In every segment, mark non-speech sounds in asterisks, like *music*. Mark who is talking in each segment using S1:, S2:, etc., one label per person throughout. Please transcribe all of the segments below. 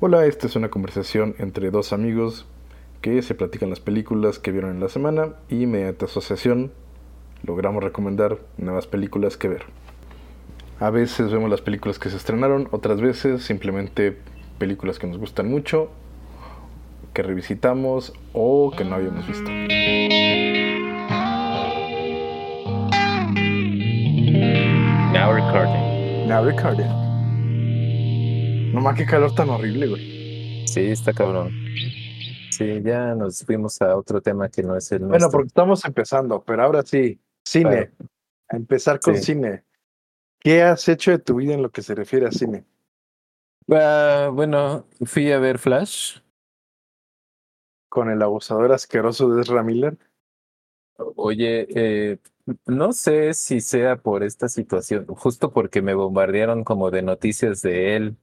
S1: Hola, esta es una conversación entre dos amigos que se platican las películas que vieron en la semana y mediante asociación logramos recomendar nuevas películas que ver. A veces vemos las películas que se estrenaron, otras veces simplemente películas que nos gustan mucho, que revisitamos o que no habíamos visto.
S2: Now recording.
S1: Now recorded. No más que calor tan horrible, güey.
S2: Sí, está cabrón. Sí, ya nos fuimos a otro tema que no es el
S1: Bueno,
S2: nuestro.
S1: porque estamos empezando, pero ahora sí, cine. A empezar con
S2: Sí.
S1: cine. ¿Qué has hecho de tu vida en lo que se refiere a cine?
S2: Ah, bueno, fui a ver Flash.
S1: Con el abusador asqueroso de Ezra Miller.
S2: Oye, eh, no sé si sea por esta situación, justo porque me bombardearon como de noticias de él,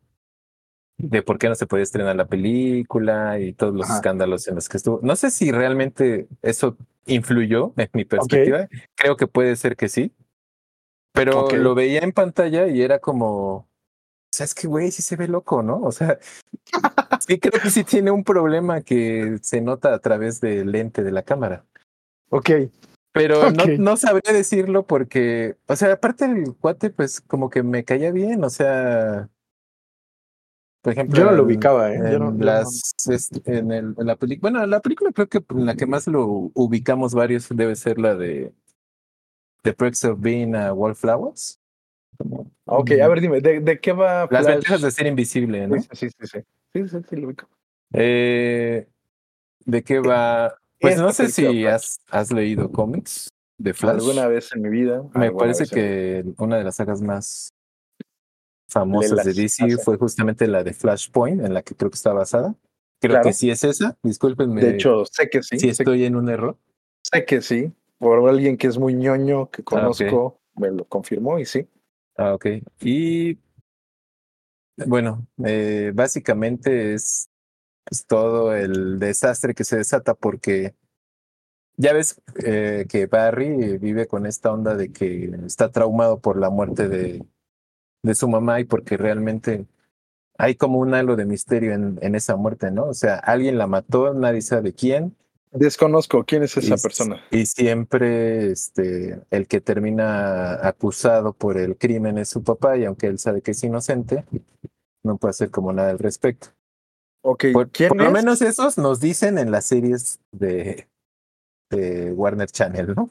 S2: de por qué no se podía estrenar la película y todos los
S1: Ajá.
S2: escándalos en los que estuvo. No sé si realmente eso influyó en mi perspectiva. Creo que puede ser que sí, pero
S1: Ok.
S2: lo veía en pantalla y era como, ¿sabes qué, güey? Sí se ve loco, ¿no? O
S1: *laughs*
S2: sea, sí creo que sí tiene un problema que se nota a través del lente de la cámara.
S1: Ok,
S2: Pero no,
S1: Ok.
S2: no sabría decirlo porque, o sea, aparte el cuate, pues como que me caía bien, o sea, por ejemplo,
S1: yo no lo
S2: en-
S1: ubicaba, ¿eh? Yo
S2: en
S1: no- yo no-
S2: las, este, en, el- en la película, bueno, la película creo que en la que más lo ubicamos varios debe ser la de The Perks of Being a Wallflowers.
S1: Ok, a ver, dime, ¿de, de qué va
S2: Las
S1: Flash?
S2: ventajas de ser invisible, ¿no?
S1: Sí, sí, sí, sí. Sí, sí, sí, lo ubico.
S2: Eh, ¿de
S1: Eh,
S2: qué va? Pues
S1: Esta
S2: no sé
S1: película,
S2: si
S1: Flash.
S2: has, has leído cómics de Flash.
S1: Alguna vez en mi vida.
S2: Me
S1: alguna
S2: parece
S1: vez en mi vida.
S2: que una de las sagas más famosas
S1: las-
S2: de
S1: las-
S2: DC fue justamente la de Flashpoint, en la que creo que está basada. Creo
S1: Claro.
S2: que sí es esa. Discúlpenme
S1: De hecho, sé que sí.
S2: si
S1: sé,
S2: estoy en un error.
S1: sé que sí. Por alguien que es muy ñoño, que
S2: Ah, ok.
S1: conozco, me lo confirmó y sí.
S2: Ah, ok. Y bueno, eh, básicamente es, es todo el desastre que se desata porque ya ves eh, que Barry vive con esta onda de que está traumado por la muerte de, de su mamá y porque realmente hay como un halo de misterio en, en esa muerte, ¿no? O sea, alguien la mató, nadie sabe quién.
S1: Desconozco quién es esa
S2: y-
S1: persona.
S2: Y siempre este, el que termina acusado por el crimen es su papá y aunque él sabe que es inocente, no puede hacer como nada al respecto.
S1: Ok,
S2: Por,
S1: ¿quién
S2: por lo
S1: es?
S2: menos esos nos dicen en las series de, de Warner Channel, ¿no?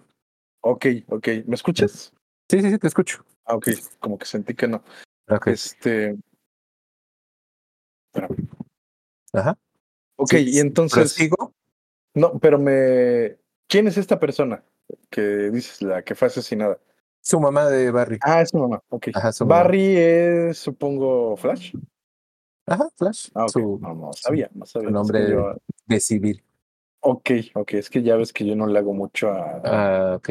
S1: Ok, ok. ¿Me escuchas?
S2: Sí, sí, sí, te escucho.
S1: Ah, ok. Como que sentí que no.
S2: Ok.
S1: Este. espérame.
S2: Ajá.
S1: Ok,
S2: Sí,
S1: y entonces.
S2: ¿Prosigo?
S1: No, pero me. ¿Quién es esta persona que dices, la que fue asesinada?
S2: Su mamá de Barry.
S1: Ah, es su mamá. Ok.
S2: Ajá, su mamá.
S1: Barry es, supongo, Flash.
S2: Ajá, Flash.
S1: Ah, ok.
S2: Su
S1: no, no sabía, no sabía.
S2: su nombre-
S1: Es que yo-
S2: de civil.
S1: Ok, ok, es que ya ves que yo no le hago mucho a.
S2: Ah, ok.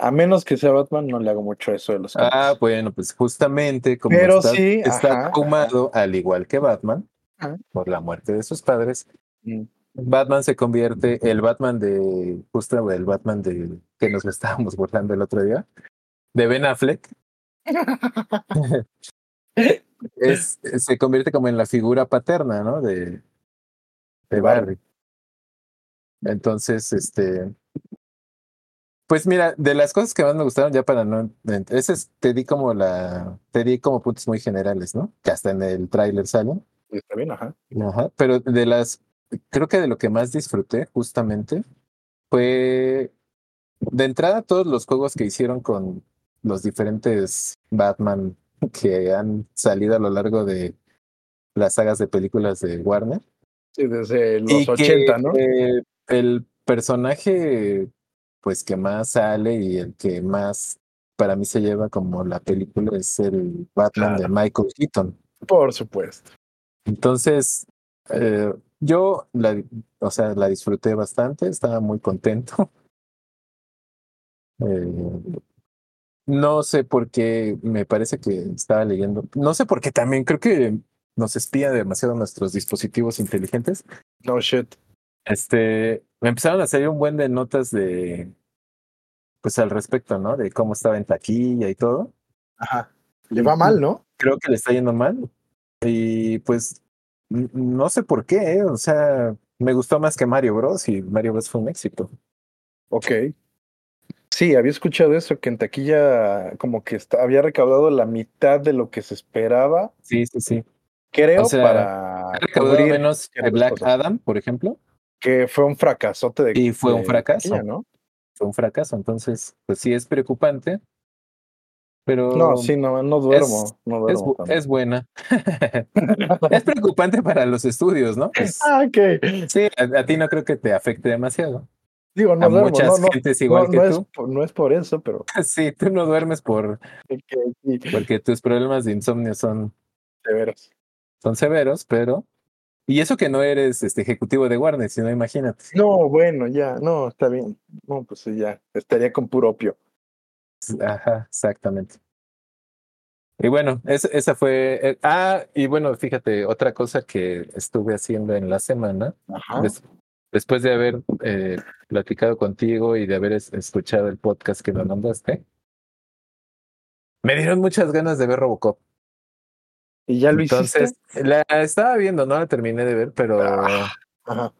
S1: A menos que sea Batman, no le hago mucho a eso de los cómics.
S2: Ah, bueno, pues justamente como
S1: Pero
S2: está,
S1: sí,
S2: está
S1: ajá,
S2: traumado, al igual que Batman,
S1: Ajá.
S2: por la muerte de sus padres,
S1: Mm.
S2: Batman se convierte, el Batman de, justo el Batman de que nos estábamos burlando el otro día, de Ben
S1: *laughs*
S2: Affleck, es, se convierte como en la figura paterna, ¿no? De, de Barry. Entonces, este... Pues mira, de las cosas que más me gustaron, ya para no... Ese es- te di como la... Te di como puntos muy generales, ¿no? Que hasta en el tráiler salen.
S1: Está bien, ajá.
S2: Ajá, pero de las, creo que de lo que más disfruté justamente fue de entrada todos los juegos que hicieron con los diferentes Batman que han salido a lo largo de las sagas de películas de Warner.
S1: Sí, desde los
S2: Y que,
S1: 80, ¿no?
S2: eh, el personaje pues que más sale y el que más para mí se lleva como la película es el Batman de
S1: Claro.
S2: Michael Keaton.
S1: Por supuesto.
S2: Entonces, eh, yo la, o sea, la disfruté bastante, estaba muy contento. *laughs* Eh, no sé por qué, me parece que estaba leyendo, no sé por qué también, creo que nos espía demasiado nuestros dispositivos inteligentes.
S1: No shit.
S2: Este, me empezaron a salir un buen de notas de, pues al respecto, ¿no? De cómo estaba en taquilla y todo.
S1: Ajá. Le va mal, ¿no?
S2: Creo que le está yendo mal. Y pues No sé por qué, ¿eh? o sea, me gustó más que Mario Bros. y Mario Bros. fue un éxito.
S1: Ok. Sí, había escuchado eso, que en taquilla como que está- había recaudado la mitad de lo que se esperaba,
S2: Sí, sí, sí.
S1: creo,
S2: O sea,
S1: para
S2: Recaudó
S1: cubrir,
S2: menos que
S1: otras
S2: Black
S1: cosas.
S2: Adam, por ejemplo,
S1: que fue un fracasote de
S2: y fue un
S1: de
S2: fracaso.
S1: taquilla, ¿no?
S2: Fue un fracaso, entonces, pues sí es preocupante. Pero
S1: No, sí, no, no duermo, no
S2: es,
S1: duermo.
S2: bu- es
S1: *laughs*
S2: buena. *laughs* es preocupante para los estudios, ¿no? Pues,
S1: Ah, ok.
S2: sí, a, a ti no creo que te afecte demasiado.
S1: Digo, no
S2: a
S1: duermo,
S2: muchas
S1: no, no,
S2: gentes igual
S1: no,
S2: que
S1: no es
S2: tú. *laughs*
S1: por- no es por eso, pero
S2: Sí, tú no duermes por,
S1: que- que-
S2: porque tus problemas de insomnio son,
S1: de veras.
S2: son severos, pero... Y eso que no eres este ejecutivo de Warner, sino imagínate.
S1: No, bueno, ya, no, está bien. No, pues sí, ya, estaría con puro opio.
S2: Ajá, exactamente. Y bueno, es- esa fue... eh, ah, y bueno, fíjate, otra cosa que estuve haciendo en la semana,
S1: Ajá.
S2: des- después de haber eh, platicado contigo y de haber es- escuchado el podcast que me mandaste, me dieron muchas ganas de ver Robocop.
S1: ¿Y ya lo
S2: Entonces,
S1: hiciste?
S2: la estaba viendo, no la terminé de ver, pero...
S1: Ah. Ajá.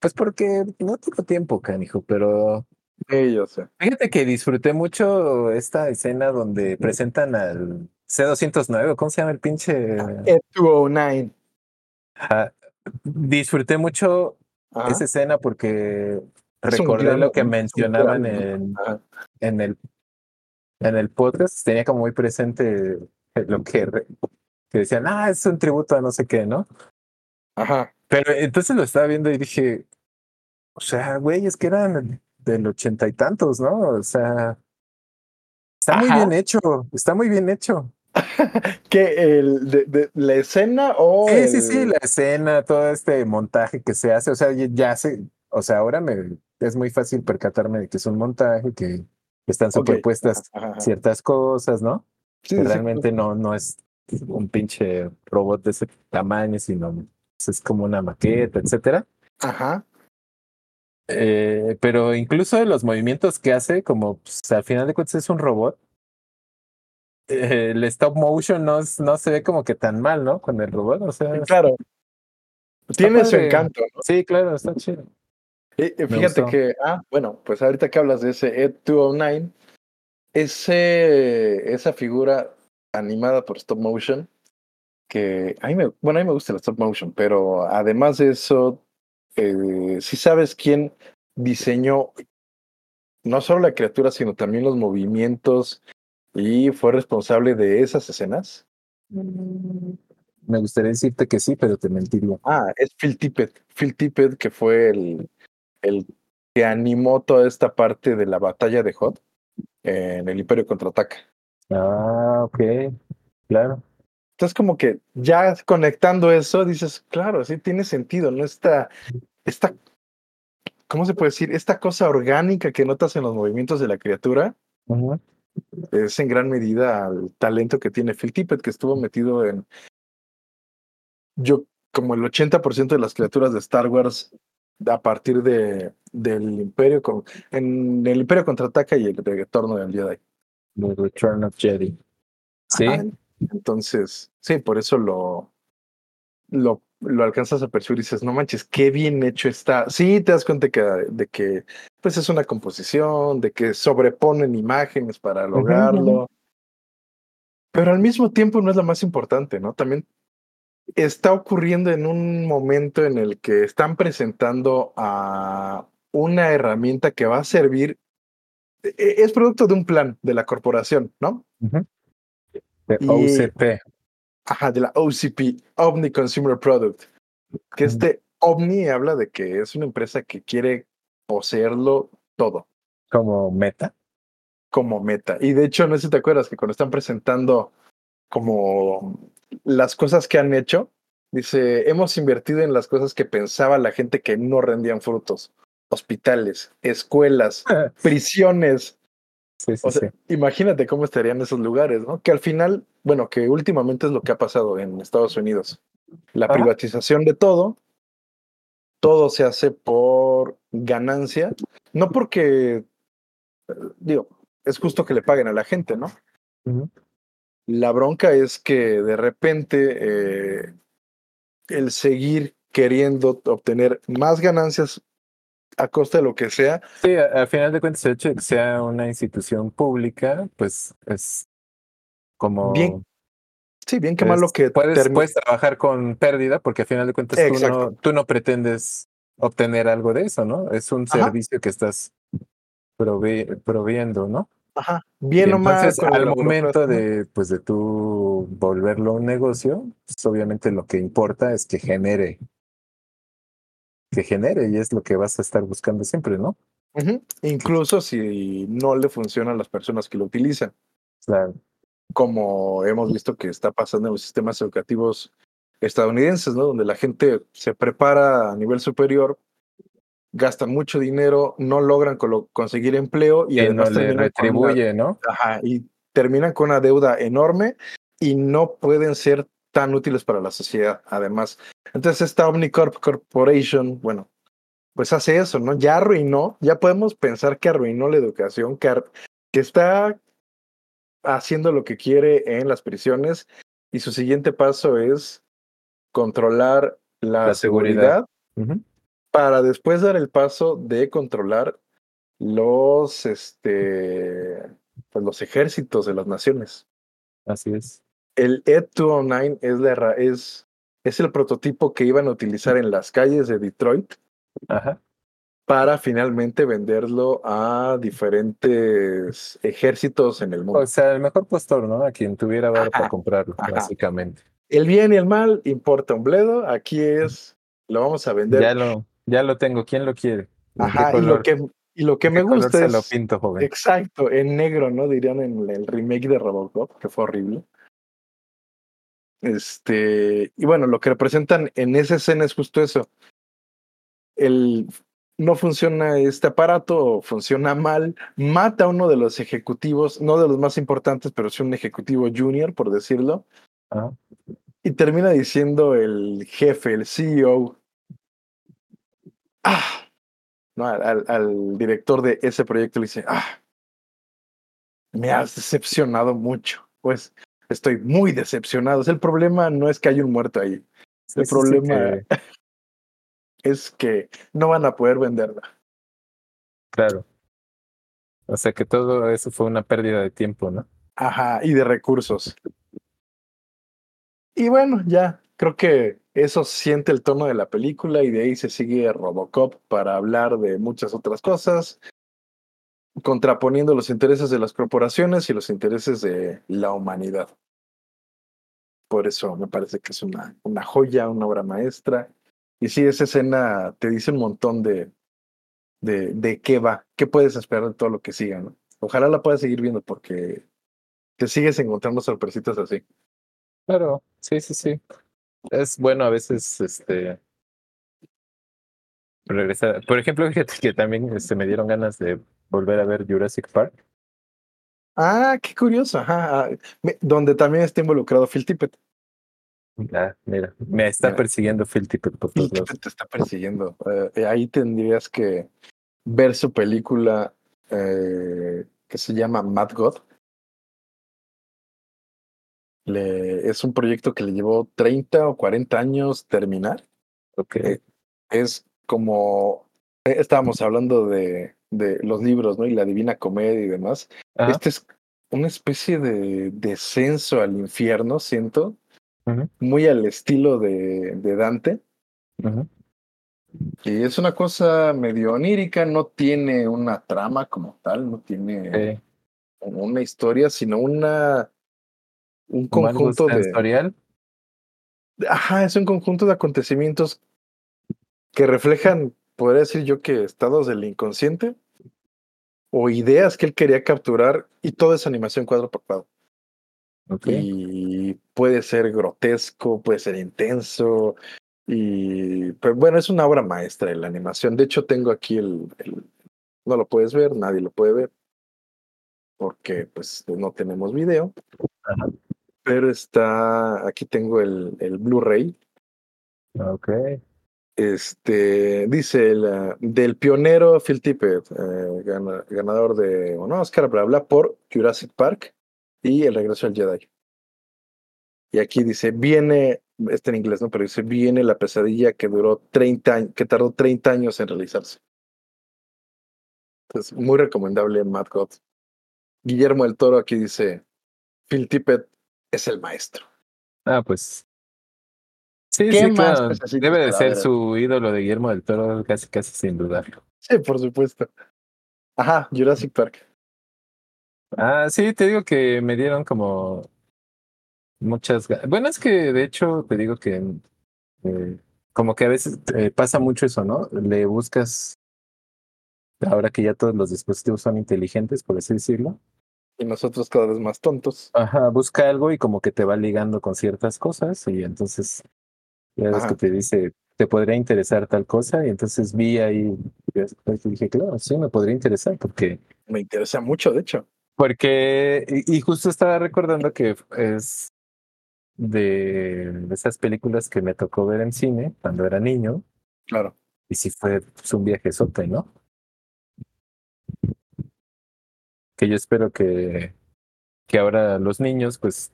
S2: Pues porque no tengo tiempo, canijo, pero
S1: Sí, yo sé.
S2: fíjate que disfruté mucho esta escena donde presentan al C209, ¿cómo se llama el pinche?
S1: Ah. E209.
S2: Ajá. Disfruté mucho
S1: Ajá.
S2: esa escena porque
S1: un
S2: recordé
S1: gran
S2: lo que
S1: momento, es un gran
S2: mencionaban
S1: momento.
S2: en,
S1: Ajá.
S2: en el, en el podcast, tenía como muy presente lo que, re- que decían, ah, es un tributo a no sé qué, ¿no?
S1: Ajá.
S2: Pero entonces lo estaba viendo y dije, o sea, güey, es que eran del ochenta y tantos, ¿no? O sea, está muy
S1: Ajá.
S2: bien hecho, está muy bien hecho.
S1: ¿Qué, el, de, de- la escena o
S2: Sí,
S1: el-
S2: sí, sí, la escena, todo este montaje que se hace, o sea, ya- ya se, o sea, ahora me es muy fácil percatarme de que es un montaje, que están
S1: Ok.
S2: superpuestas
S1: Ajá, ajá.
S2: ciertas cosas, ¿no?
S1: Sí,
S2: que
S1: sí,
S2: realmente no, no es un pinche robot de ese tamaño, sino es como una maqueta, etcétera.
S1: Ajá.
S2: Eh, pero incluso de los movimientos que hace, como pues, al final de cuentas es un robot, eh, el stop motion no, es- no se ve como que tan mal, ¿no? Con el robot, o sea,
S1: Sí,
S2: es-
S1: Claro. Tiene su
S2: padre.
S1: encanto, ¿no?
S2: sí, claro, está chido.
S1: Eh, eh,
S2: Me
S1: fíjate
S2: gustó.
S1: que, ah, bueno, pues ahorita que hablas de ese Ed 209, ese, esa figura animada por stop motion, que a mí me, bueno, a mí me gusta el stop motion, pero además de eso, si sabes quién diseñó no solo la criatura, sino también los movimientos y fue responsable de esas escenas.
S2: Me gustaría decirte que sí, pero te mentiría.
S1: Ah, es Phil Tippett. Phil Tippett, que fue el, el que animó toda esta parte de la batalla de Hot en el Imperio Contraataca.
S2: Ah, ok, claro.
S1: Entonces, como que ya conectando eso, dices, claro, sí tiene sentido, ¿no? Esta, esta, ¿cómo se puede decir? Esta cosa orgánica que notas en los movimientos de la criatura
S2: Ujú.
S1: es en gran medida el talento que tiene Phil Tippett, que estuvo metido en, yo, como el 80% de las criaturas de Star Wars a partir de, del Imperio, con, en el Imperio Contraataca y el Retorno del Jedi.
S2: The Return of Jedi. Ah. Sí,
S1: Ajá. Entonces, sí, por eso lo, lo, lo alcanzas a percibir y dices, no manches, qué bien hecho está. Sí, te das cuenta que, de que pues es una composición, de que sobreponen imágenes para lograrlo. Pero al mismo tiempo no es la más importante, ¿no? También está ocurriendo en un momento en el que están presentando a una herramienta que va a servir. e- e- Es producto de un plan de la corporación, ¿no?
S2: The
S1: Y-
S2: OCP.
S1: Ajá, de la OCP, OVNI Consumer Product.
S2: Ujú.
S1: Que este OVNI habla de que es una empresa que quiere poseerlo todo
S2: como meta. *laughs*
S1: como meta. Y de hecho, no sé si te acuerdas que cuando están presentando como las cosas que han hecho, dice, hemos invertido en las cosas que pensaba la gente que no rendían frutos. Hospitales, escuelas, prisiones,
S2: Sí, sí,
S1: o sea,
S2: sí.
S1: imagínate cómo estarían esos lugares, ¿no? Que al final, bueno, que últimamente es lo que ha pasado en Estados Unidos. La
S2: Ajá.
S1: privatización de todo, todo se hace por ganancia, no porque, eh, digo, es justo que le paguen a la gente, ¿no?
S2: Ujú.
S1: La bronca es que de repente eh, el seguir queriendo obtener más ganancias a costa de lo que sea.
S2: Sí, a, a final de cuentas, el hecho de que sea una institución pública, pues es como...
S1: Bien. Sí, bien que mal lo que
S2: Pues, puedes, termine. puedes trabajar con pérdida porque a final de cuentas tú no, tú no, pretendes obtener algo de eso, ¿no? Es un Ajá. servicio que estás prove proviendo, ¿no?
S1: Ajá, bien
S2: y
S1: o mal.
S2: Entonces, al momento de, pues, de tú volverlo un negocio, pues, obviamente lo que importa es que genere. Que genere y es lo que vas a estar buscando siempre, ¿no?
S1: Uh -huh. Incluso si no le funciona a las personas que lo utilizan.
S2: Claro.
S1: Como hemos visto que está pasando en los sistemas educativos estadounidenses, ¿no? Donde la gente se prepara a nivel superior gastan mucho dinero, no logran conseguir empleo y,
S2: y además no terminan retribuye,
S1: con una,
S2: ¿no?
S1: Ajá, y terminan con una deuda enorme y no pueden ser tan útiles para la sociedad, además. Entonces esta Omnicorp Corporation, bueno, pues hace eso, ¿no? Ya arruinó, ya podemos pensar que arruinó la educación, que, que está haciendo lo que quiere en las prisiones y su siguiente paso es controlar la, la seguridad. seguridad. Uh -huh para después dar el paso de controlar los este pues los ejércitos de las naciones.
S2: Así es.
S1: El E Ed 209 es la es, es el prototipo que iban a utilizar en las calles de Detroit
S2: Ajá.
S1: para finalmente venderlo a diferentes ejércitos en el mundo.
S2: O sea, el mejor postor, ¿no? A quien tuviera valor para comprarlo, Ajá. básicamente.
S1: El bien y el mal importa un bledo. Aquí es, lo vamos a vender.
S2: Ya lo, ya lo tengo, ¿quién lo quiere?
S1: Ajá, y lo que, y lo que me gusta
S2: se
S1: es.
S2: lo pinto, joven?
S1: Exacto, en negro, ¿no? Dirían en el remake de Robocop, que fue horrible. Este, y bueno, lo que representan en esa escena es justo eso. El no funciona este aparato, funciona mal, mata a uno de los ejecutivos, no de los más importantes, pero sí un ejecutivo junior, por decirlo.
S2: Ajá.
S1: Y termina diciendo el jefe, el CEO, ah, no, al, al, director de ese proyecto le dice, ah, me has decepcionado mucho. Pues estoy muy decepcionado. O sea, el problema no es que hay un muerto ahí. El sí, problema sí, sí, es que no van a poder venderla.
S2: Claro. O sea que todo eso fue una pérdida de tiempo, ¿no?
S1: Ajá, y de recursos. Y bueno, ya, creo que eso siente el tono de la película y de ahí se sigue Robocop para hablar de muchas otras cosas, contraponiendo los intereses de las corporaciones y los intereses de la humanidad. Por eso me parece que es una, una joya, una obra maestra. Y sí, esa escena te dice un montón de, de, de qué va, qué puedes esperar de todo lo que siga. ¿no? Ojalá la puedas seguir viendo porque te sigues encontrando sorpresitas así.
S2: Claro, sí, sí, sí es bueno a veces este regresar. Por ejemplo, fíjate que también este, me dieron ganas de volver a ver Jurassic Park.
S1: Ah, qué curioso, ajá. ah, Donde también está involucrado Phil Tippett.
S2: Ah, mira, me está mira. persiguiendo Phil Tippett por
S1: Phil *laughs* Tippett te está persiguiendo. Eh, ahí tendrías que ver su película eh, que se llama Mad God. Le, es un proyecto que le llevó 30 o 40 años terminar.
S2: Okay.
S1: Eh, es como eh, estábamos hablando de, de, los libros, ¿no? Y la divina comedia y demás. Ajá. Este es una especie de descenso al infierno, siento, uh -huh. muy al estilo de, de Dante.
S2: Uh -huh.
S1: Y es una cosa medio onírica, no tiene una trama como tal, no tiene
S2: okay.
S1: una historia, sino una un conjunto
S2: de
S1: Ajá, es un conjunto de acontecimientos que reflejan, podría decir yo que estados del inconsciente o ideas que él quería capturar y toda esa animación cuadro por cuadro.
S2: Okay.
S1: Y puede ser grotesco, puede ser intenso y pero bueno, es una obra maestra de la animación. De hecho, tengo aquí el, el no lo puedes ver, nadie lo puede ver porque pues no tenemos video.
S2: Ajá.
S1: Pero está, aquí tengo el, el Blu-ray.
S2: Ok.
S1: Este, dice el, del pionero Phil Tippett, eh, gana, ganador de bueno, Oscar, bla, bla, por Jurassic Park y El regreso del Jedi. Y aquí dice, viene está en inglés, ¿no? Pero dice, viene la pesadilla que duró 30 años, que tardó 30 años en realizarse. Entonces, muy recomendable Mad God. Guillermo el Toro aquí dice, Phil Tippett es el maestro.
S2: Ah, pues. Sí,
S1: ¿Qué
S2: sí,
S1: más
S2: claro.
S1: necesitas
S2: Debe de
S1: para
S2: ser
S1: ver?
S2: su ídolo de Guillermo del Toro, casi, casi sin dudarlo.
S1: Sí, por supuesto. Ajá, Jurassic Park.
S2: Ah, sí, te digo que me dieron como muchas ganas. Bueno, es que de hecho te digo que eh, como que a veces eh, pasa mucho eso, ¿no? Le buscas, ahora que ya todos los dispositivos son inteligentes, por así decirlo.
S1: Y nosotros cada vez más tontos.
S2: Ajá, busca algo y como que te va ligando con ciertas cosas y entonces ya ves
S1: Ajá.
S2: que te dice, te podría interesar tal cosa y entonces vi ahí Jurassic Park y dije, claro, sí, me podría interesar porque...
S1: Me interesa mucho, de hecho.
S2: Porque, y, y justo estaba recordando que es de esas películas que me tocó ver en cine cuando era niño,
S1: Claro.
S2: y sí fue pues, un viajezote, ¿no? Que yo espero que, que ahora los niños pues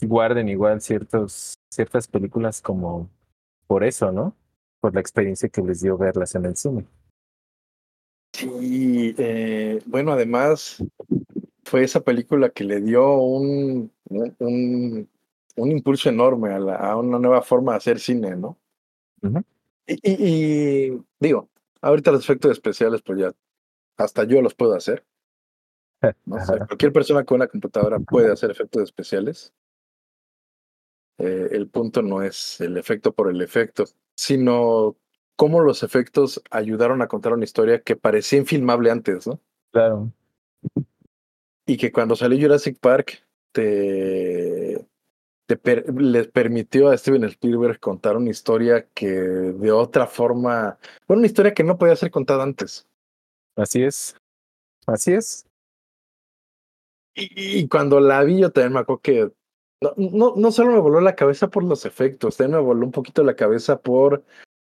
S2: guarden igual ciertos, ciertas películas como por eso, ¿no? Por la experiencia que les dio verlas en el cine.
S1: Sí, eh, bueno, además fue esa película que le dio un, un, un impulso enorme a, la- a una nueva forma de hacer cine, ¿no?
S2: Ujú.
S1: y, y- y, digo, ahorita los efectos especiales, pues ya hasta yo los puedo
S2: *laughs*
S1: hacer. ¿no? O sea,
S2: Ajá.
S1: cualquier persona con una computadora puede hacer efectos especiales. Eh, el punto no es el efecto por el efecto, sino cómo los efectos ayudaron a contar una historia que parecía infilmable antes, ¿no?
S2: Claro.
S1: y que cuando salió Jurassic Park te, te per- le permitió a Steven Spielberg contar una historia que de otra forma, bueno, una historia que no podía ser contada antes.
S2: Así es. Así es.
S1: Y, y cuando la vi yo también me acuerdo que no, no, no solo me voló la cabeza por los efectos, también me voló un poquito la cabeza por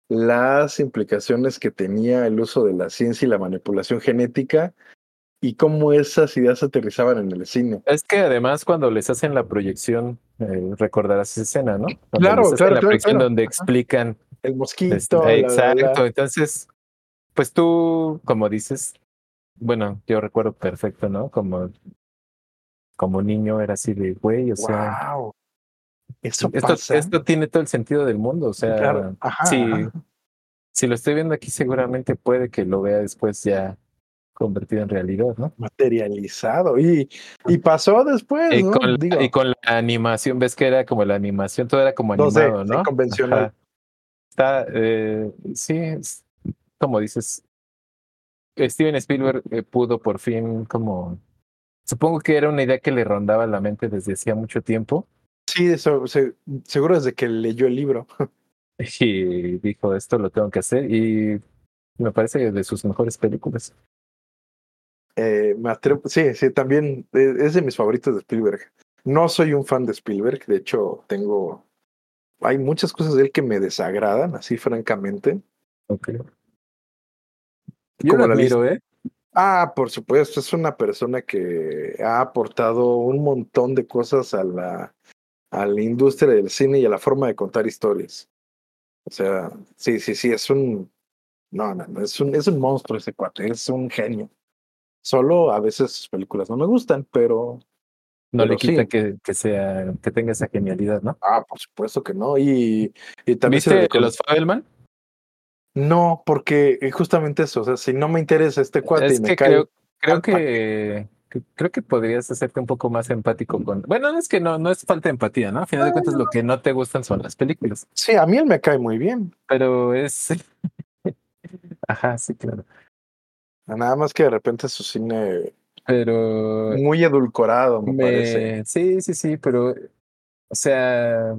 S1: las implicaciones que tenía el uso de la ciencia y la manipulación genética y cómo esas ideas aterrizaban en el cine.
S2: Es que además cuando les hacen la proyección, eh, recordarás esa escena, ¿no? Cuando
S1: Claro,
S2: les hacen la
S1: claro, claro,
S2: proyección
S1: claro.
S2: donde
S1: Ajá.
S2: explican.
S1: El
S2: este,
S1: mosquito, la, la,
S2: exacto.
S1: la.
S2: Entonces, pues tú, como dices, bueno, yo recuerdo perfecto, ¿no? Como, como niño era así de, güey, o sea,
S1: Wow, eso
S2: esto,
S1: pasa.
S2: esto tiene todo el sentido del mundo, o sea,
S1: Claro, ajá,
S2: si,
S1: ajá.
S2: si lo estoy viendo aquí, seguramente puede que lo vea después ya convertido en realidad, ¿no?
S1: materializado. Y, y pasó después,
S2: Y
S1: Pues ¿no?
S2: con, la,
S1: Digo,
S2: y con la animación, ves que era como la animación, todo era como
S1: 2D,
S2: animado,
S1: sí,
S2: ¿no?
S1: convencional.
S2: Ajá. Está, eh, sí, es- como dices, Steven Spielberg eh, pudo por fin como... Supongo que era una idea que le rondaba la mente desde hacía mucho tiempo *laughs*
S1: sí, eso, se- seguro desde que leyó el libro.
S2: y dijo, esto lo tengo que hacer y me parece que de sus mejores películas.
S1: Eh, me atrevo- sí, sí, también eh, es de mis favoritos de Spielberg. No soy un fan de Spielberg, de hecho, tengo. Hay muchas cosas de él que me desagradan, así francamente.
S2: Yo
S1: Como
S2: lo
S1: la
S2: admiro, ¿eh?
S1: Ah, por supuesto, es una persona que ha aportado un montón de cosas a la, a la industria del cine y a la forma de contar historias. O sea, sí, sí, sí, es un, no, no, no, es un, es un monstruo ese cuate, es un genio. Solo a veces sus películas no me gustan, pero,
S2: No le
S1: pero sí,
S2: quita que, que sea, que tenga esa genialidad, ¿no?
S1: ah, por supuesto que no. Y, y también se le
S2: ¿Viste
S1: recono-
S2: los Fabelman?
S1: No, porque eh, justamente eso, o sea, si no me interesa este cuate y
S2: Es
S1: me
S2: que
S1: cae,
S2: creo, creo
S1: al pack.
S2: que, que- creo que podrías hacerte un poco más empático con. Bueno, no es que no, no es falta de empatía, ¿no? A final de cuentas, lo que no te gustan son las películas.
S1: sí, a mí él me cae muy bien.
S2: Pero es. *laughs* Ajá, sí, claro.
S1: Nada más que de repente su cine
S2: Pero
S1: muy edulcorado, me parece.
S2: me. Sí, sí, sí, pero. O sea,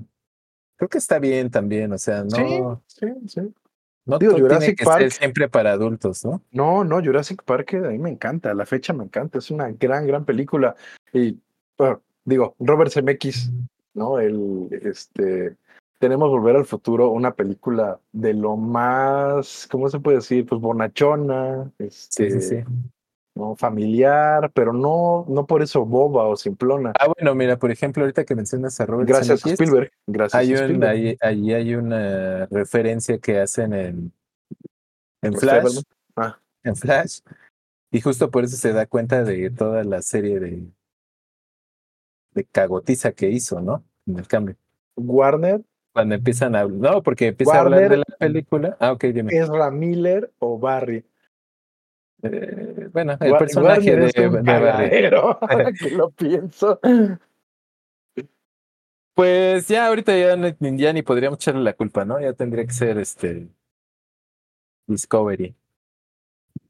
S2: creo que está bien también. O sea,
S1: Sí,
S2: no,
S1: sí, sí.
S2: no
S1: Digo,
S2: todo tiene
S1: Jurassic
S2: que ser
S1: Park.
S2: siempre para adultos, ¿no?
S1: No, no, Jurassic Park eh, a mí me encanta, a la fecha me encanta, es una gran, gran película. Y bueno, digo, Robert Zemeckis, ¿no? El, este, tenemos Volver al Futuro, una película de lo más, ¿cómo se puede decir? Pues bonachona,
S2: Sí, sí,
S1: este,
S2: sí.
S1: ¿no? Familiar, pero no, no por eso boba o simplona.
S2: Ah, bueno, mira, por ejemplo, ahorita que mencionas a Robert
S1: Gracias a
S2: Zemeckis,
S1: Spielberg. Gracias
S2: hay
S1: a
S2: un-
S1: Spielberg.
S2: ahí, ahí hay una referencia que hacen en, en
S1: Los
S2: Flash.
S1: Fableman. Ah.
S2: En Flash. Y justo por eso se da cuenta de toda la serie de, de cagotiza que hizo, ¿no? En el cambio.
S1: Warner,
S2: Cuando empiezan a hablar. No, porque empieza a hablar de
S1: Warner- Eh,
S2: la película. Ah, ok, dime.
S1: Ezra Miller o Barry.
S2: Eh, bueno, el
S1: Wa-
S2: personaje
S1: Warner
S2: de,
S1: es un eh.
S2: de Barry. *laughs*
S1: cagadero, ahora que lo pienso.
S2: Pues ya ahorita ya, no- ni- ya ni podríamos echarle la culpa, ¿no? Ya tendría que ser este Discovery.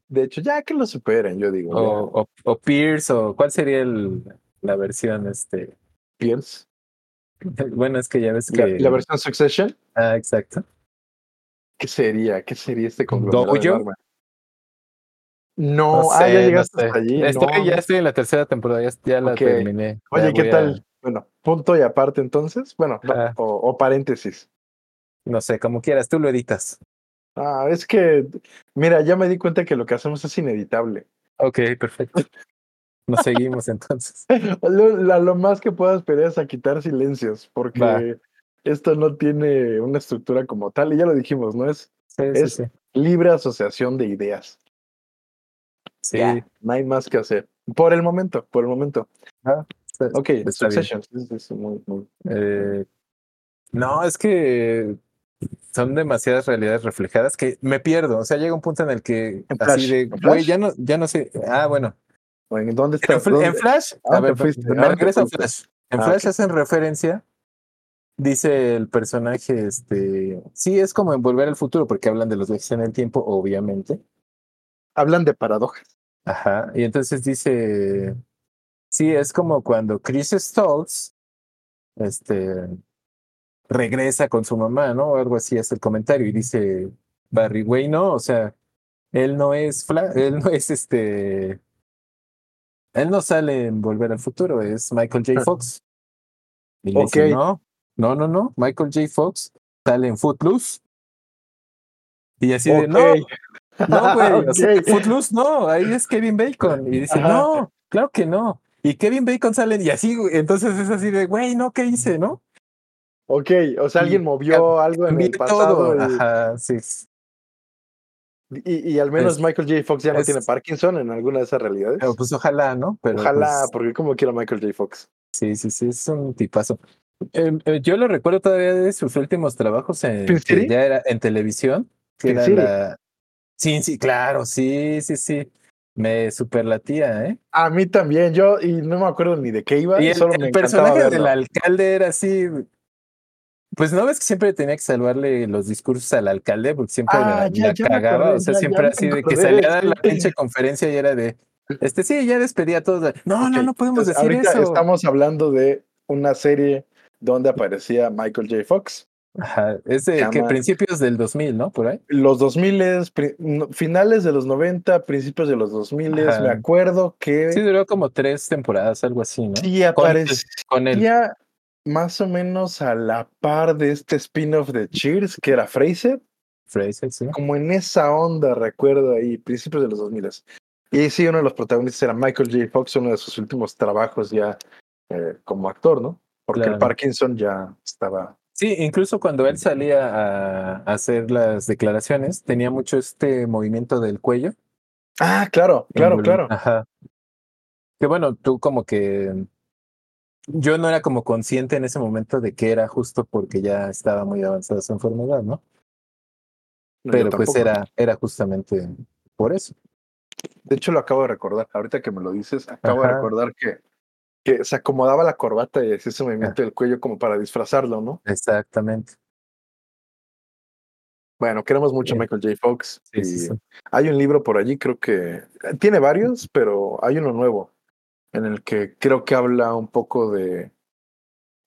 S1: De hecho, ya que lo superen, yo digo. ya,
S2: O, o, o Pierce, o cuál sería el, la versión, este. *laughs*
S1: Pierce.
S2: Bueno, es que ya ves que.
S1: La, la versión Succession,
S2: Ah, exacto.
S1: ¿qué sería? ¿Qué sería este conglomerado?
S2: ¿Dojo?
S1: de barba? No, ah,
S2: sé,
S1: ya llegaste
S2: sé.
S1: hasta allí.
S2: Estoy,
S1: no.
S2: ya estoy en la tercera temporada, ya, ya la
S1: Ok.
S2: terminé. Ya
S1: Oye, ¿qué
S2: voy a-
S1: tal? Bueno, punto y aparte entonces. Bueno, no,
S2: Ajá.
S1: o, o paréntesis.
S2: no sé, como quieras, tú lo editas.
S1: Ah, es que, mira, ya me di cuenta que lo que hacemos es inevitable.
S2: Ok, perfecto. *laughs* Nos seguimos
S1: *laughs*
S2: entonces.
S1: Lo, la- lo más que puedo esperar es a quitar silencios, porque
S2: Va.
S1: esto no tiene una estructura como tal, y ya lo dijimos, ¿no? Es
S2: Sí, sí,
S1: Es-
S2: sí.
S1: libre asociación de ideas.
S2: Sí,
S1: Ya, no hay más que hacer. Por el momento, por el momento.
S2: Ah, está-
S1: Ok,
S2: está bien.
S1: Succession. sí, sí, sí, muy- muy-
S2: Eh, no, es que son demasiadas realidades reflejadas que me pierdo. O sea, llega un punto en el que
S1: En
S2: así
S1: Flash,
S2: de,
S1: en
S2: güey,
S1: Flash.
S2: ya no, ya no sé. Ah, bueno.
S1: Bueno, ¿Dónde
S2: En,
S1: está?
S2: Fl-
S1: ¿Dónde?
S2: en Flash,
S1: ¿A
S2: a
S1: dónde
S2: ver,
S1: fuiste? ¿A
S2: me
S1: dónde
S2: regreso a
S1: fuiste?
S2: Flash. En
S1: Ah,
S2: Flash
S1: ok.
S2: hacen referencia, dice el personaje, este, sí, es como en Volver al Futuro, porque hablan de los viajes en el tiempo, obviamente.
S1: Hablan de paradojas.
S2: Ajá, y entonces dice, sí, es como cuando Chris Stoltz, este, regresa con su mamá, ¿no? O algo así hace el comentario y dice, Barry, güey, no, o sea, él no es, Fla- *laughs* él no es este, él no sale en Volver al Futuro, es Michael J. Fox. Y le dice,
S1: Ah. Ok.
S2: no, no, no, no, Michael J. Fox sale en Footloose. Y así de, no,
S1: Ok. *laughs*
S2: no, güey. o sea,
S1: Ah, Ok.
S2: Footloose no, ahí es Kevin Bacon. Y dice,
S1: Ajá.
S2: no, claro que no. Y Kevin Bacon salen y así, güey, entonces es así de, güey, no, ¿qué hice, no?
S1: Ok, o sea, alguien
S2: Y
S1: movió algo en
S2: Cambié
S1: el pasado
S2: todo.
S1: y,
S2: Ajá, sí.
S1: y- y al menos
S2: Es-
S1: Michael J. Fox ya no
S2: es-
S1: tiene Parkinson en alguna de esas realidades.
S2: Pero pues ojalá, ¿no? Pero
S1: Ojalá,
S2: pues,
S1: porque como quiero a Michael J. Fox.
S2: sí, sí, sí, es un tipazo. Eh, eh, yo lo recuerdo todavía de sus últimos trabajos en,
S1: ¿Sin
S2: que
S1: City?
S2: ya era en televisión, que
S1: ¿Sin
S2: era
S1: City?
S2: la... Sí, sí, claro, sí, sí, sí. Me superlatía, ¿eh?
S1: A mí también, yo, y no me acuerdo ni de qué iba,
S2: Y el,
S1: solo
S2: el
S1: me encantaba
S2: personaje del
S1: verlo.
S2: alcalde era así. Pues no ves que siempre tenía que salvarle los discursos al alcalde, porque siempre
S1: Ah,
S2: la,
S1: ya,
S2: la
S1: ya me
S2: cagaba.
S1: acordé,
S2: o sea,
S1: ya, ya
S2: siempre
S1: me
S2: así de que
S1: acordé,
S2: salía a dar
S1: *laughs*
S2: la
S1: sí.
S2: pinche conferencia y era de. Este sí, ya despedía a todos. de, No, no,
S1: Ok,
S2: no podemos
S1: entonces,
S2: decir
S1: ahorita
S2: eso.
S1: estamos hablando de una serie donde aparecía Michael J. Fox.
S2: Ajá, es de
S1: Se
S2: que
S1: llama-
S2: principios del 2000, ¿no? Por ahí.
S1: Los 2000, pri- no, finales de los 90, principios de los 2000,
S2: Ajá.
S1: me acuerdo que
S2: Sí,
S1: sí,
S2: duró como tres temporadas, algo así, ¿no? Con él,
S1: aparecía
S2: con él.
S1: más o menos a la par de este spin-off de Cheers, que era Fraser,
S2: Fraser, sí.
S1: como en esa onda, recuerdo ahí, principios de los 2000. Y sí, uno de los protagonistas era Michael J. Fox, uno de sus últimos trabajos ya eh, como actor, ¿no? Porque
S2: Claro.
S1: el Parkinson ya estaba
S2: Sí, incluso cuando él salía a hacer las declaraciones, tenía mucho este movimiento del cuello.
S1: Ah, claro, claro,
S2: Invol-
S1: claro.
S2: Ajá. Que bueno, tú como que yo no era como consciente en ese momento de que era justo porque ya estaba muy avanzada su enfermedad, ¿no?
S1: No, yo
S2: Pero pues
S1: tampoco.
S2: era, era justamente por eso.
S1: De hecho, lo acabo de recordar. Ahorita que me lo dices, acabo
S2: Ajá.
S1: de recordar que, que se acomodaba la corbata y hacía ese movimiento del cuello como para disfrazarlo, ¿no?
S2: Exactamente.
S1: Bueno, queremos mucho a
S2: Sí.
S1: Michael J. Fox.
S2: Sí, sí,
S1: y
S2: sí.
S1: Hay un libro por allí, creo que eh, tiene varios, pero hay uno nuevo en el que creo que habla un poco de,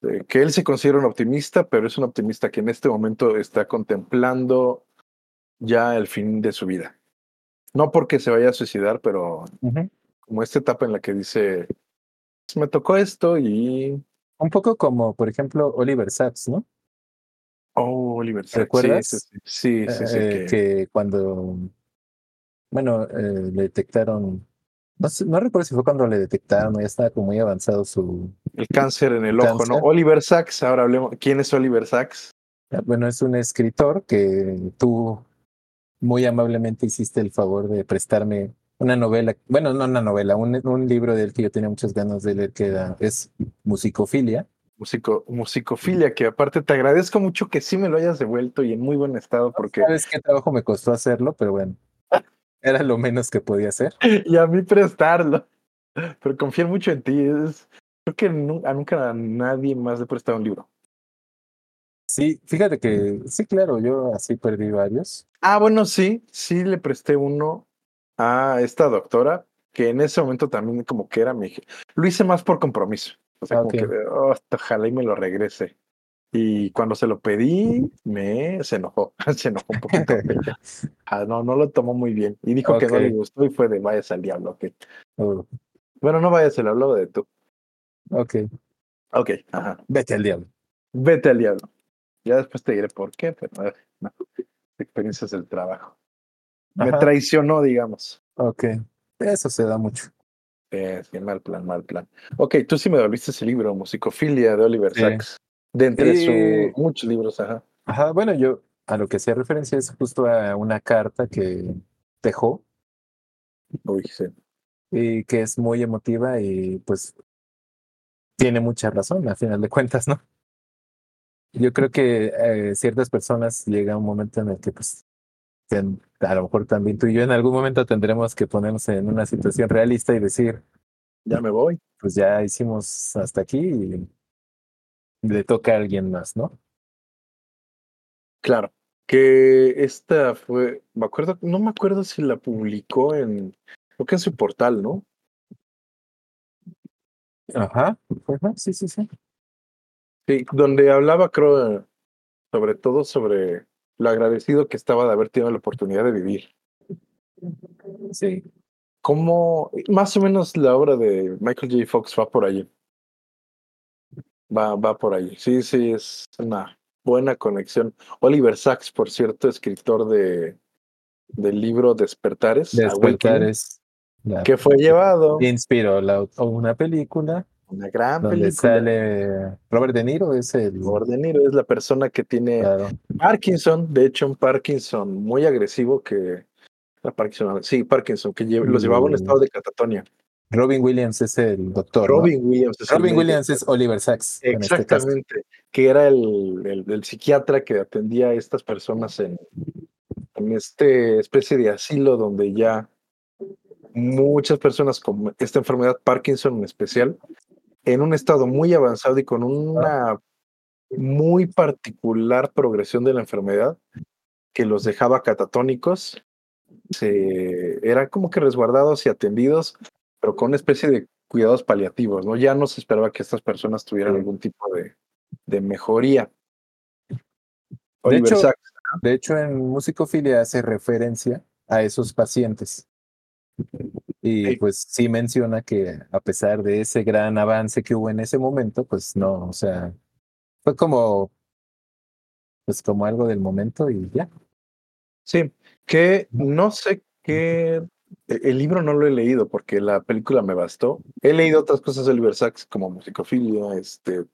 S1: de que él se considera un optimista, pero es un optimista que en este momento está contemplando ya el fin de su vida. No porque se vaya a suicidar, pero
S2: Ujú.
S1: como esta etapa en la que dice, "Pues, me tocó esto y...
S2: Un poco como, por ejemplo, Oliver Sacks, ¿no?
S1: Oh, Oliver Sacks,
S2: ¿Recuerdas?
S1: Sí, sí, sí, sí, sí, sí,
S2: Eh,
S1: que-
S2: que cuando, bueno, eh, le detectaron No, sé- no recuerdo si fue cuando le detectaron, o ya estaba como muy avanzado su...
S1: El cáncer en el ojo,
S2: Cáncer.
S1: ¿no? Oliver Sacks, ahora hablemos. ¿Quién es Oliver Sacks?
S2: Ah, Bueno, es un escritor que tú muy amablemente hiciste el favor de prestarme una novela, bueno, no una novela, un, un libro del que yo tenía muchas ganas de leer que era, es Musicofilia.
S1: Músico, musicofilia, que aparte te agradezco mucho que sí me lo hayas devuelto y en muy buen estado, porque
S2: Sabes qué trabajo me costó hacerlo, pero bueno, era lo menos que podía hacer.
S1: y a mí prestarlo. Pero confío mucho en ti. Es, creo que nu- a nunca a nadie más le he prestado un libro.
S2: Sí, fíjate que, sí, claro, yo así perdí varios.
S1: Ah, bueno, sí, sí le presté uno a esta doctora, que en ese momento también como que era mi... je- Lo hice más por compromiso. O sea,
S2: Ah,
S1: como
S2: ok.
S1: que, de, "Oh, ojalá y me lo regrese. Y cuando se lo pedí, me se enojó, *laughs* se enojó un poquito.
S2: *laughs*
S1: Ah, no, no lo tomó muy bien. Y dijo que no
S2: Ok.
S1: le gustó y fue de vayas al diablo. que
S2: Oh,
S1: Bueno, no vayas, se lo hablo de tú.
S2: ok,
S1: Ok, ajá.
S2: vete al diablo.
S1: Vete al diablo. Ya después te diré por qué, pero eh, no. experiencias del trabajo. Me
S2: Ajá.
S1: traicionó, digamos.
S2: Ok, eso se da mucho.
S1: Eh, sí, mal plan, mal plan. Ok, tú sí me devolviste ese libro, Musicofilia, de Oliver
S2: Sí.
S1: Sacks. De entre
S2: Y-
S1: sus muchos libros, ajá.
S2: Ajá, bueno, yo a lo que hacía referencia es justo a una carta que dejó
S1: Uy, sí.
S2: y que es muy emotiva y pues tiene mucha razón, a final de cuentas, ¿no? Yo creo que eh, ciertas personas llega un momento en el que pues ten- a lo mejor también tú y yo en algún momento tendremos que ponernos en una situación realista y decir,
S1: Ya me voy.
S2: pues ya hicimos hasta aquí y le toca a alguien más, ¿no?
S1: Claro. Que esta fue, me acuerdo, no me acuerdo si la publicó en, creo que en su portal, ¿no?
S2: Ajá, ajá, sí, sí, sí.
S1: Sí, donde hablaba, creo, sobre todo sobre lo agradecido que estaba de haber tenido la oportunidad de vivir.
S2: Sí.
S1: ¿Cómo, más o menos la obra de Michael J. Fox va por allí? Va, va por allí. Sí, sí, es una buena conexión. Oliver Sacks, por cierto, escritor de del libro Despertares,
S2: Despertar
S1: Awakening,
S2: es la
S1: que fue llevado
S2: inspiró la, o- una película
S1: a una gran
S2: donde
S1: película.
S2: sale Robert De Niro, es el
S1: Robert De Niro es la persona que tiene
S2: claro.
S1: Parkinson, de hecho, un Parkinson muy agresivo que. La Parkinson, sí, Parkinson, que lle- los llevaba a un
S2: Mm.
S1: estado de catatonia.
S2: Robin Williams es el doctor. ¿no?
S1: Robin Williams. es el
S2: Robin
S1: médico.
S2: Williams es Oliver Sacks. en este caso.
S1: Exactamente, que era el, el- el psiquiatra que atendía a estas personas en, en este especie de asilo donde ya muchas personas con esta enfermedad Parkinson en especial, en un estado muy avanzado y con una muy particular progresión de la enfermedad que los dejaba catatónicos, se, eran como que resguardados y atendidos, pero con una especie de cuidados paliativos, ¿no? Ya no se esperaba que estas personas tuvieran algún tipo de, de mejoría. Oliver
S2: hecho,
S1: Sacks,
S2: De hecho, en Musicofilia hace referencia a esos pacientes. Y
S1: Sí.
S2: pues sí menciona que a pesar de ese gran avance que hubo en ese momento, pues no, o sea, fue como pues como algo del momento y ya.
S1: sí, que no sé qué... e- El libro no lo he leído porque la película me bastó. He leído otras cosas de Oliver Sacks como musicofilia, este,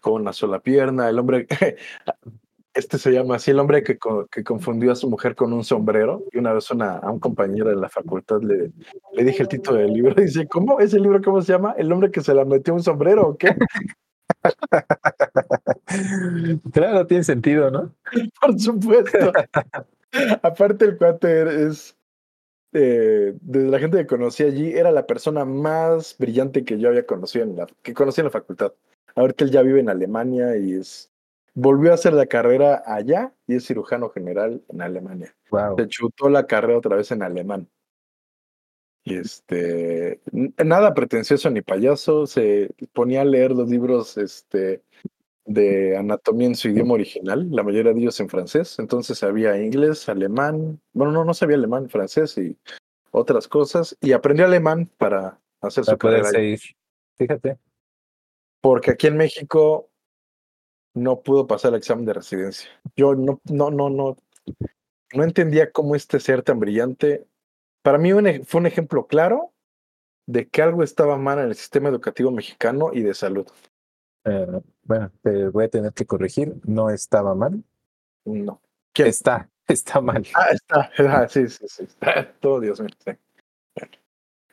S1: con una sola pierna, el hombre, *laughs* este se llama así, el hombre que, co- que confundió a su mujer con un sombrero. Y una vez una, a un compañero de la facultad le, le dije el título del libro. *laughs* Dice, ¿cómo? ¿Ese libro cómo se llama? ¿El hombre que se la metió un sombrero o qué?
S2: Claro, tiene sentido, ¿no?
S1: *laughs* Por supuesto. Aparte, el cuate era- es. eh, desde la gente que conocí allí, era la persona más brillante que yo había conocido en la, que conocí en la facultad. Ahorita él ya vive en Alemania y es. Volvió a hacer la carrera allá y es cirujano general en Alemania.
S2: Wow.
S1: se chutó la carrera otra vez en alemán. Y este, n- nada pretencioso ni payaso, se ponía a leer los libros este, de anatomía en su idioma original, la mayoría de ellos en francés, entonces sabía inglés, alemán, bueno, no, no sabía alemán, francés y otras cosas, y aprendió alemán para hacer su
S2: Para poder
S1: carrera, ahí,
S2: seguir. Fíjate.
S1: porque aquí en México no pudo pasar el examen de residencia. Yo no, no, no, no, no entendía cómo este ser tan brillante. Para mí un ej- fue un ejemplo claro de que algo estaba mal en el sistema educativo mexicano y de salud.
S2: Eh, bueno, te voy a tener que corregir. No estaba mal.
S1: No. ¿Quién?
S2: Está, *laughs* está mal.
S1: Ah, está. *laughs* Ah, sí, sí, sí. Está. Todo Dios mío. sí.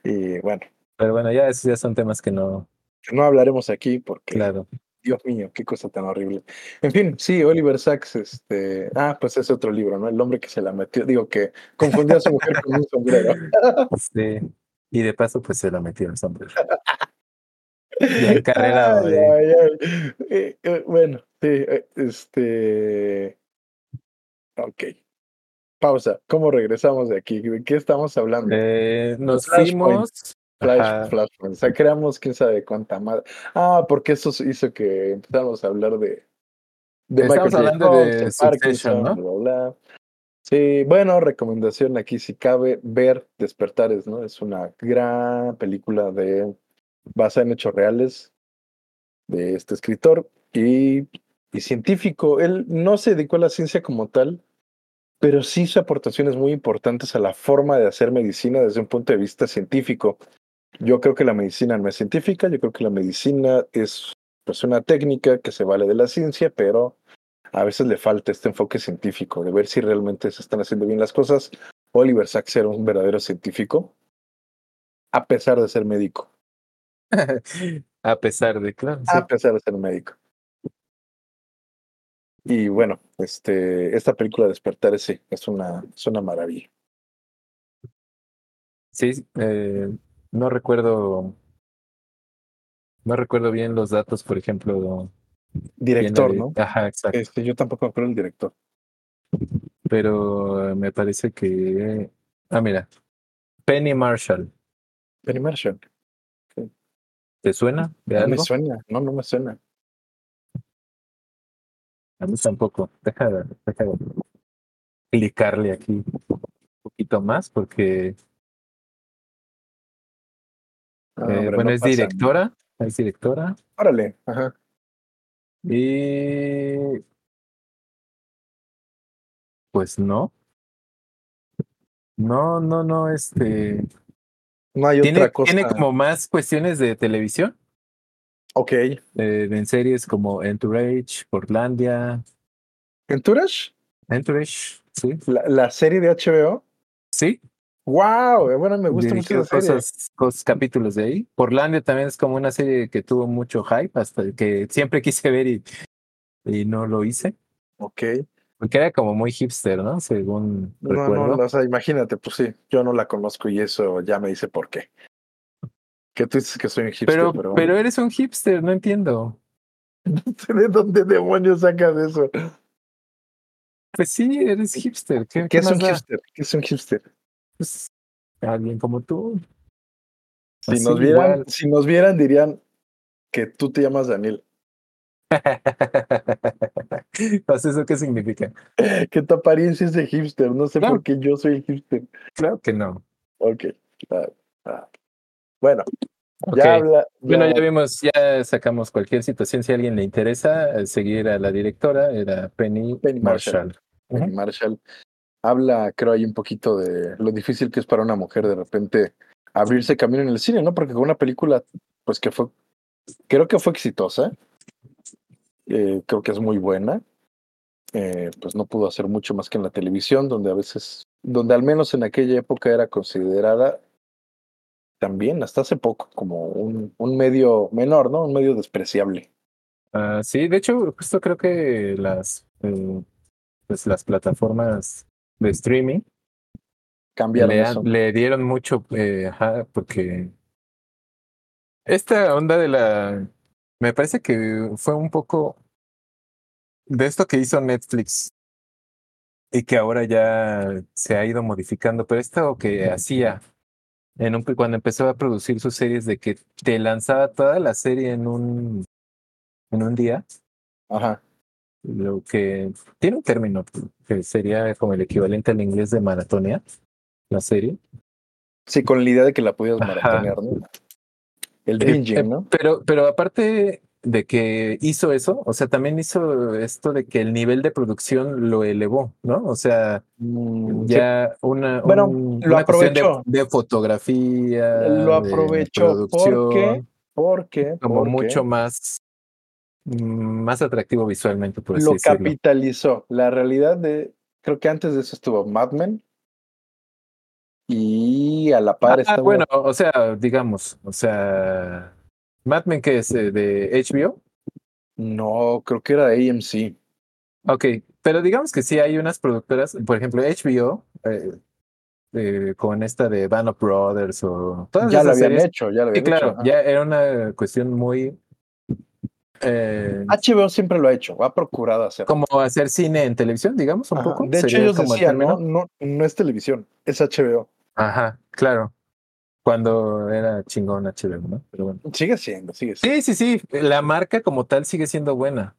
S1: Y bueno,
S2: Pero bueno, ya esos ya son temas que no.
S1: no hablaremos aquí porque
S2: Claro.
S1: Dios mío, qué cosa tan horrible. En fin, sí, Oliver Sacks, este, ah, pues es otro libro, ¿no? El hombre que se la metió, digo que confundió a su mujer con un sombrero.
S2: *laughs* Sí. este, Y de paso, pues se la metió el
S1: *laughs*
S2: sombrero. Ya encarrerado,
S1: Ay,
S2: eh.
S1: ay, ay. Eh, eh, bueno, sí, eh, este, ok. Pausa. ¿Cómo regresamos de aquí? ¿De qué estamos hablando?
S2: Eh, nos
S1: Flashpoint.
S2: fuimos.
S1: Flash,
S2: ajá.
S1: Flash, o sea, creamos quién sabe cuánta madre. Ah, porque eso hizo que empezáramos a hablar de. de
S2: Estamos
S1: J.
S2: hablando de
S1: Fox,
S2: Succession, ¿no?
S1: bla, bla, bla. Sí, bueno, recomendación aquí si cabe, ver Despertares, ¿no? Es una gran película de basada en hechos reales de este escritor y, y científico. Él no se dedicó a la ciencia como tal, pero sí hizo aportaciones muy importantes a la forma de hacer medicina desde un punto de vista científico. Yo creo que la medicina no es científica, yo creo que la medicina es pues, una técnica que se vale de la ciencia, pero a veces le falta este enfoque científico, de ver si realmente se están haciendo bien las cosas. Oliver Sacks era un verdadero científico, a pesar de ser médico.
S2: A pesar de, claro. sí.
S1: a pesar de ser médico. Y bueno, este, esta película Despertar sí, es una, es una maravilla.
S2: Sí, eh, no recuerdo. No recuerdo bien los datos, por ejemplo. bien
S1: Director,
S2: de-
S1: ¿no?
S2: Ajá, exacto.
S1: Este, yo tampoco me acuerdo del director.
S2: Pero eh, me parece que. Ah, mira. Penny Marshall.
S1: Penny Marshall.
S2: ¿Te suena de
S1: No me
S2: algo?
S1: suena, no, no me suena.
S2: A mí tampoco. Deja, deja de clicarle aquí un poquito más porque
S1: Ah,
S2: eh,
S1: hombre,
S2: bueno
S1: no
S2: es
S1: pasa.
S2: directora, es directora
S1: Órale, ajá.
S2: y pues no, no, no, no, este
S1: No hay
S2: tiene,
S1: otra cosa.
S2: tiene como más cuestiones de televisión,
S1: Ok.
S2: eh, en series como Entourage, Portlandia,
S1: ¿Entourage?
S2: Entourage, sí,
S1: La, la serie de HBO.
S2: sí,
S1: ¡Wow! eh, Bueno, me gusta mucho
S2: dirigió
S1: esa serie.
S2: cosas, cos- capítulos de ahí. Portlandia también es como una serie que tuvo mucho hype, hasta que siempre quise ver y, y no lo hice,
S1: Ok.
S2: porque era como muy hipster, ¿no? Según
S1: No,
S2: recuerdo.
S1: no, o sea, imagínate, pues sí, yo no la conozco y eso ya me dice por qué. Que tú dices que soy un hipster,
S2: pero,
S1: pero,
S2: pero eres un hipster, no entiendo.
S1: *laughs* ¿de dónde demonios sacas eso?
S2: Pues sí, eres hipster. ¿Qué,
S1: ¿Qué es
S2: más
S1: un
S2: da?
S1: hipster? ¿Qué es un hipster?
S2: Pues, alguien como tú. *laughs*
S1: Si
S2: Así,
S1: nos vieran,
S2: igual.
S1: si nos vieran dirían que tú te llamas Daniel. *laughs*
S2: Pues eso qué significa.
S1: Que tu apariencia es de hipster, no sé
S2: Claro.
S1: por qué yo soy hipster.
S2: Claro que no.
S1: Ok. claro, claro. Bueno,
S2: Ok.
S1: ya habla.
S2: Bueno,
S1: ya-
S2: ya vimos, ya sacamos cualquier situación. Si a alguien le interesa eh, seguir a la directora, era Penny,
S1: Penny Marshall.
S2: Marshall.
S1: Penny Marshall habla, creo, ahí un poquito de lo difícil que es para una mujer de repente abrirse camino en el cine, ¿no? Porque con una película, pues que fue, creo que fue exitosa, eh, creo que es muy buena, eh, pues no pudo hacer mucho más que en la televisión, donde a veces, donde al menos en aquella época era considerada también hasta hace poco como un, un medio menor, ¿no? Un medio despreciable.
S2: Ah, sí, de hecho, justo creo que las, eh, pues las plataformas de streaming
S1: Cambiaron
S2: le,
S1: eso.
S2: han- le dieron mucho, eh, ajá, porque esta onda de la, me parece que fue un poco de esto que hizo Netflix y que ahora ya se ha ido modificando, pero esto que hacía en un, cuando empezó a producir sus series de que te lanzaba toda la serie en un, en un día.
S1: Ajá.
S2: lo que tiene un término que sería como el equivalente al inglés de maratonear la serie,
S1: Sí, con la idea de que la pudieras
S2: Ajá.
S1: maratonear, ¿no? El
S2: Eh, eh,
S1: binging, ¿no?
S2: pero, pero aparte de que hizo eso, o sea, también hizo esto de que el nivel de producción lo elevó, ¿no? O sea,
S1: Mm, sí.
S2: ya una,
S1: Bueno,
S2: un-
S1: lo
S2: una cuestión de-
S1: aprovechó.
S2: de, fotografía,
S1: Lo
S2: de
S1: aprovechó
S2: producción,
S1: porque, porque,
S2: como
S1: porque
S2: mucho más mm, más atractivo visualmente, por así
S1: lo
S2: decirlo.
S1: capitalizó. La realidad de, creo que antes de eso estuvo Mad Men y a la par
S2: Ah,
S1: estaba
S2: bueno, o sea, digamos, o sea, Mad Men que es eh, de HBO,
S1: No, creo que era de AMC.
S2: Ok, pero digamos que sí hay unas productoras, por ejemplo, HBO, eh, eh, con esta de Band of Brothers o todas
S1: Ya lo
S2: esas
S1: habían
S2: series.
S1: hecho, ya lo
S2: Ah, Sí,
S1: habían
S2: claro,
S1: hecho. ajá.
S2: ya era una cuestión muy eh,
S1: HBO siempre lo ha hecho, ha procurado hacerlo.
S2: como hacer cine en televisión, digamos, un
S1: Ajá.
S2: poco.
S1: De hecho,
S2: sería
S1: ellos
S2: como el
S1: decían,
S2: término.
S1: ¿no? No, no es televisión, es HBO.
S2: Ajá, claro. Cuando era chingón HBO, ¿no? Pero bueno.
S1: Sigue siendo, sigue siendo.
S2: Sí, sí, sí. La marca como tal sigue siendo buena.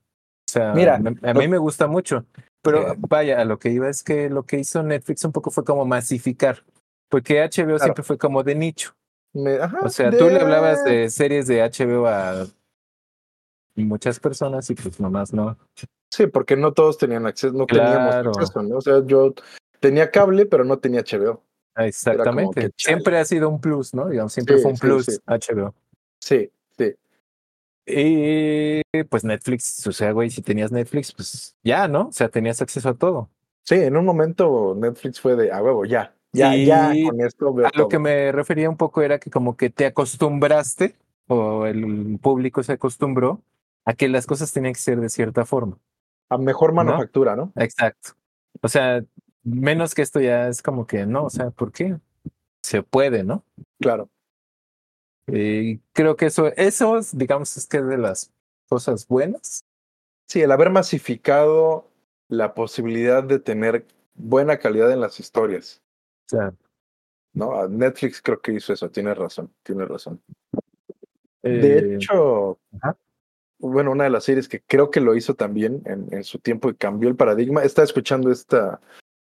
S2: O sea,
S1: Mira,
S2: me- a
S1: lo-
S2: mí me gusta mucho. Pero
S1: Eh.
S2: vaya, a lo que iba es que lo que hizo Netflix un poco fue como masificar. Porque HBO
S1: Claro.
S2: siempre fue como de nicho.
S1: Me- ajá,
S2: O sea,
S1: de-
S2: tú le hablabas de series de HBO a muchas personas y pues nomás no.
S1: Sí, porque no todos tenían acceso, no
S2: Claro.
S3: teníamos
S1: acceso, ¿no? O sea, yo tenía cable, pero no tenía HBO.
S2: Exactamente.
S1: que, chale.
S2: siempre ha sido un plus, ¿no? Digamos, siempre
S1: Sí,
S2: fue un
S1: sí,
S2: plus
S1: sí.
S2: HBO.
S1: Sí,
S2: Y pues Netflix, o sea, güey, si tenías Netflix, pues ya, ¿no? O sea, tenías acceso a todo.
S1: sí, en un momento Netflix fue de a huevo, ya, ya,
S2: Y
S1: ya, con esto veo
S2: A lo
S1: todo".
S2: que me refería un poco era que como que te acostumbraste o el público se acostumbró a que las cosas tenían que ser de cierta forma.
S1: a mejor manufactura, ¿no?
S2: Exacto. O sea, menos que esto ya es como que no, o sea, ¿por qué? Se puede, ¿no? Eh,
S1: Claro.
S2: Y creo que eso, eso es, digamos, es que es de las cosas buenas.
S1: Sí, el haber masificado la posibilidad de tener buena calidad en las historias,
S2: O sea,
S1: ¿no? A Netflix creo que hizo eso, tiene razón, tiene razón.
S2: eh,
S1: De hecho,
S2: ajá.
S1: bueno, una de las series que creo que lo hizo también en, en su tiempo y cambió el paradigma, estaba escuchando esta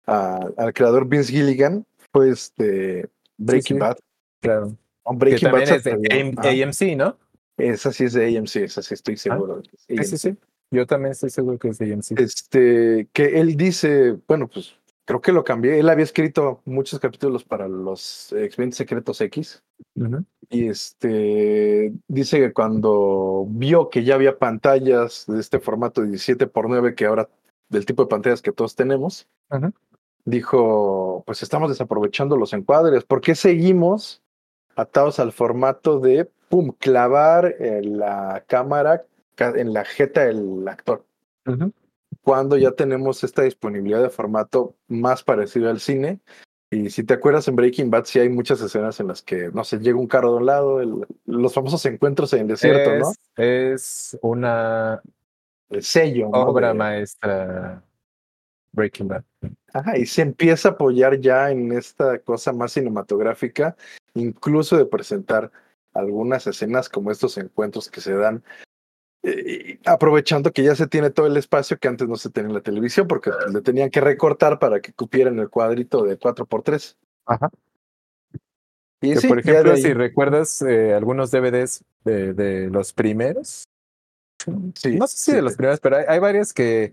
S1: a- al creador Vince Gilligan, fue este Breaking
S2: sí.
S1: Bad.
S2: claro.
S1: No,
S2: Que
S1: Breaking Bad
S2: también es de
S1: se Ah. atrevió. Ajá.
S2: AMC, ¿no?
S1: Esa sí es de AMC, esa sí estoy seguro. de que es
S2: Sí,
S1: AMC.
S2: Ah, sí, sí. Yo también estoy seguro que es de AMC.
S1: Este, que él dice, bueno, pues creo que lo cambié. Él había escrito muchos capítulos para los Expedientes Secretos X.
S2: Ujú.
S1: Y este dice que cuando vio que ya había pantallas de este formato 17 por 9 que ahora del tipo de pantallas que todos tenemos,
S2: Ajá.
S1: dijo, pues estamos desaprovechando los encuadres, ¿por qué seguimos atados al formato de pum, clavar eh, la cámara ca- en la jeta del actor?
S2: Ujú.
S1: cuando ya tenemos esta disponibilidad de formato más parecido al cine. Y si te acuerdas en Breaking Bad, sí hay muchas escenas en las que, no sé, llega un carro de un lado, el- los famosos encuentros en el desierto, ¿no?
S2: Es- es una
S1: El sello. ¿no?
S2: obra
S1: De-
S2: maestra Breaking Bad.
S1: Ajá, y se empieza a apoyar ya en esta cosa más cinematográfica, incluso de presentar algunas escenas como estos encuentros que se dan, eh, y aprovechando que ya se tiene todo el espacio que antes no se tenía en la televisión, porque le tenían que recortar para que cupiera en el cuadrito de 4x3.
S2: Ajá.
S1: Y
S2: Que,
S1: sí,
S2: por
S1: ya de
S2: ejemplo,
S1: ahí-
S2: si recuerdas eh, algunos DVDs de, de los primeros,
S1: sí,
S2: no sé si
S1: sí,
S2: de los
S1: sí.
S2: primeros, pero hay, hay varios que,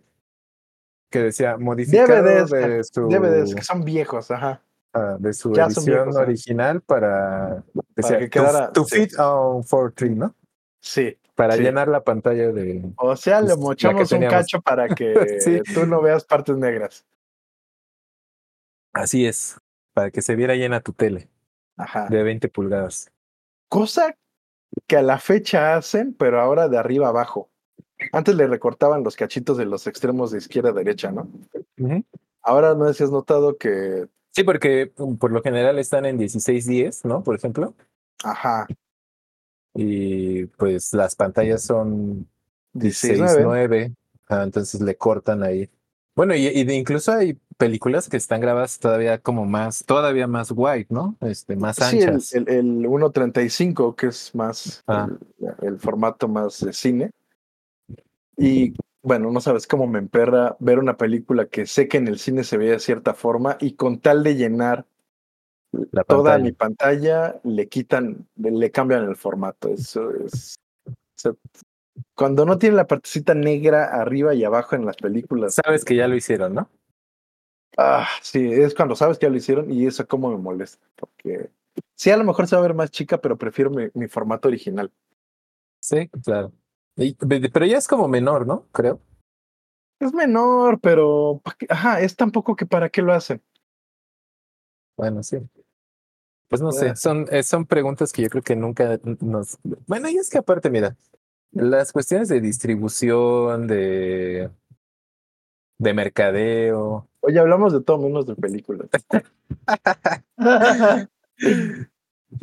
S2: que decía modificado
S1: DVDs,
S2: de su,
S1: DVDs que son viejos, ajá.
S2: ah, de su
S1: ya
S2: edición
S1: son viejos, ajá.
S2: original para, decía,
S1: que quedara-
S2: to, to
S1: sí.
S2: fit on 4.3, ¿no?
S1: Sí.
S2: Para
S1: Sí.
S2: llenar la pantalla de...
S1: O sea,
S2: Es
S1: le
S2: la Pues que
S1: mochamos un
S2: teníamos.
S1: cacho para
S2: *laughs*
S1: que
S2: Sí.
S1: tú no veas partes negras.
S2: Así es, para que se viera llena tu tele
S1: Ajá.
S2: de 20 pulgadas.
S1: Cosa que a la fecha hacen, pero ahora de arriba abajo. Antes le recortaban los cachitos de los extremos de izquierda a derecha, ¿no?
S2: Ujú.
S1: Ahora no sé si has notado que,
S2: Sí, porque um, por lo general están en 16.10, ¿no? Por ejemplo.
S1: ajá,
S2: y pues las pantallas son
S1: 16-9.
S2: 16.9, ah, entonces le cortan ahí. Bueno, y, y de incluso hay películas que están grabadas todavía como más, todavía más wide, ¿no? Este, más
S1: Sí, el,
S2: anchas.
S1: el, el 1.35, que es más
S2: Ah.
S1: el, el formato más de cine. Y bueno, no sabes cómo me emperra ver una película que sé que en el cine se veía de cierta forma y con tal de llenar
S2: la
S1: toda
S2: pantalla.
S1: mi pantalla, le quitan, le cambian el formato. Eso es. o sea,
S4: Cuando no tiene la partecita negra arriba y abajo en las películas.
S2: Sabes que ya lo hicieron, ¿no?
S4: Ah, sí, es cuando sabes que ya lo hicieron y eso como me molesta. Porque sí, a lo mejor se va a ver más chica, pero prefiero mi, mi formato original.
S2: Sí, claro. Y- pe- pero ya es como menor, ¿no? Creo.
S4: Es menor, pero ¿pa' qué? ajá, es tampoco que para qué lo hacen.
S2: Bueno, sí. Pues no
S4: Ah.
S2: sé, son, eh, son preguntas que yo creo que nunca nos... Bueno, y es que aparte, mira, las cuestiones de distribución, de, de mercadeo,
S4: Oye, hablamos de todo menos de películas.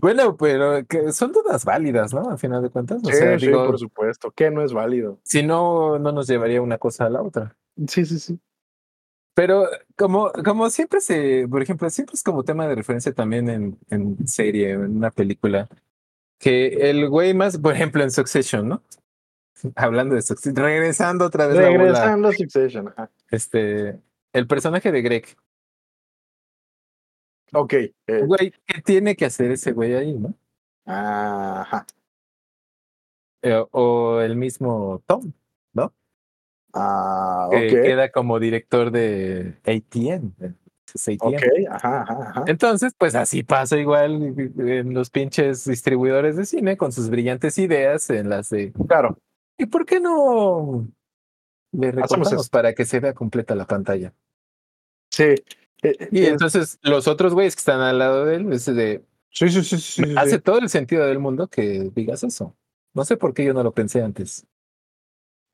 S2: Bueno, pero que son dudas válidas, ¿no? Al final de cuentas. O
S4: Sí,
S2: sea,
S4: sí,
S2: digo,
S4: por supuesto, que no es válido.
S2: si no, no nos llevaría una cosa a la otra.
S4: Sí, sí, sí.
S2: Pero como, como siempre se, por ejemplo, siempre es como tema de referencia también en, en serie, en una película, que el güey más, por ejemplo, en Succession, ¿no? Hablando de Succession, regresando otra vez a la bola,
S4: Regresando a Succession, ajá.
S2: este, el personaje de Greg.
S4: Ok. eh,
S2: Güey, ¿qué tiene que hacer ese güey ahí, no?
S4: ajá.
S2: Eh, o el mismo Tom,
S4: Ah,
S2: que
S4: ok.
S2: queda como director de ATN. es ATN.
S4: Ok, ajá, ajá, ajá.
S2: Entonces, pues así pasa igual en los pinches distribuidores de cine con sus brillantes ideas en las de
S4: Claro,
S2: ¿y por qué no le recortamos
S4: esto.
S2: para que se vea completa la pantalla?
S4: sí. eh, eh,
S2: Y
S4: eh,
S2: entonces los otros güeyes que están al lado de él, es de,
S4: sí, sí, sí, sí, sí, sí.
S2: hace todo el sentido del mundo que digas eso. No sé por qué yo no lo pensé antes.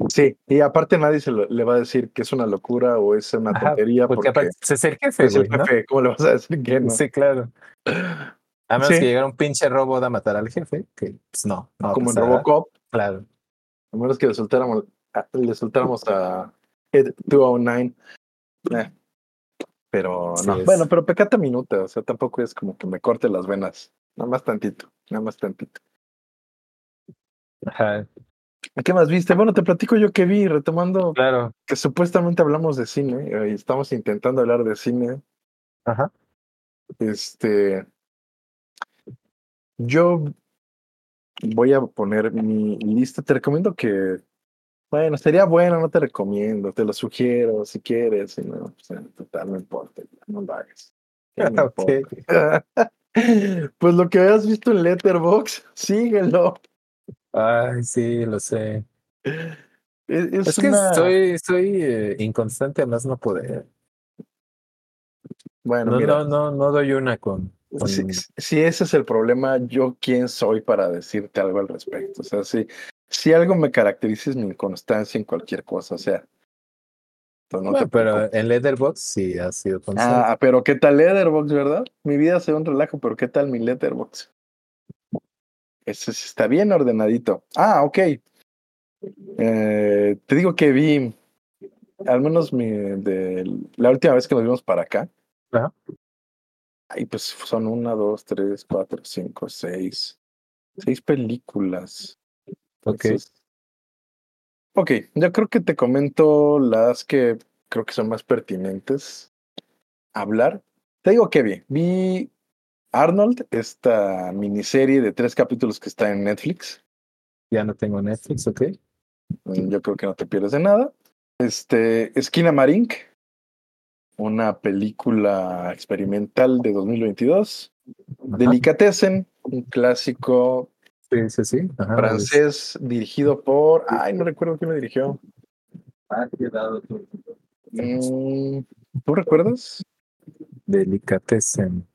S4: Sí, y aparte nadie se lo- le va a decir que es una locura o es una
S2: Ajá,
S4: tontería
S2: Porque
S4: porque,
S2: aparte ese es el jefe,
S4: es el
S2: güey, ¿no?
S4: jefe, ¿cómo le vas a decir que no?
S2: Sí, claro. A menos
S4: Sí.
S2: que llegara un pinche robot a matar al jefe, que pues no, no va a
S4: Como en
S2: pasar, ¿verdad?
S4: Robocop,
S2: Claro.
S4: a menos que le soltáramos a, le soltáramos a Ed 209. Eh, Pero
S2: Así
S4: no.
S2: es.
S4: Bueno, pero pecata minuta, o sea, tampoco es como que me corte las venas. Nada más tantito, nada más tantito.
S2: Ajá,
S4: ¿Qué más viste? Bueno, te platico yo que vi, retomando
S2: claro.
S4: que supuestamente hablamos de cine eh, y estamos intentando hablar de cine.
S2: Ajá.
S4: Este. Yo voy a poner mi lista. Te recomiendo que. Bueno, sería bueno, no te recomiendo, te lo sugiero si quieres. Si no, pues, en total, no importa, no lo
S2: *laughs*
S4: hagas. ¿Qué *laughs* me
S2: *laughs* Ok.
S4: importa? pues lo que has visto en Letterbox, *laughs* síguelo.
S2: Ay, sí, lo sé.
S4: Es, es
S2: Es, que
S4: una-
S2: soy, soy eh, inconstante a más no poder.
S4: Bueno,
S2: No,
S4: mira,
S2: no, no, no doy una con. con-
S4: Si, si ese es el problema, yo quién soy para decirte algo al respecto. O sea, si, si algo me caracteriza es mi inconstancia en cualquier cosa. O sea, tú
S1: pues,
S4: no te
S2: Bueno, pero
S4: preocupes.
S2: en Leatherbox sí ha sido constante.
S4: Ah, pero qué tal Letterbox, ¿verdad? Mi vida se ve un relajo, pero qué tal mi Letterbox. Ese sí está bien ordenadito. Ah, ok. Eh, te digo que vi, al menos mi, de la última vez que nos vimos para acá.
S2: Ajá.
S4: Ay, pues son una, dos, tres, cuatro, cinco, seis. Seis películas.
S2: ok.
S4: Entonces- ok, yo creo que te comento las que creo que son más pertinentes hablar. Te digo que vi. Vi Arnold, esta miniserie de tres capítulos que está en Netflix.
S2: Ya no tengo Netflix, ok.
S4: Mm, Yo creo que no te pierdes de nada. Este, Esquina Marink, una película experimental de 2022.
S2: Ajá.
S4: Delicatessen, un clásico
S2: Sí, sí, sí. Ajá,
S4: francés dirigido por. Ay, no recuerdo quién lo dirigió.
S2: Ah,
S4: Mm, ¿Tú recuerdas?
S2: Delicatessen.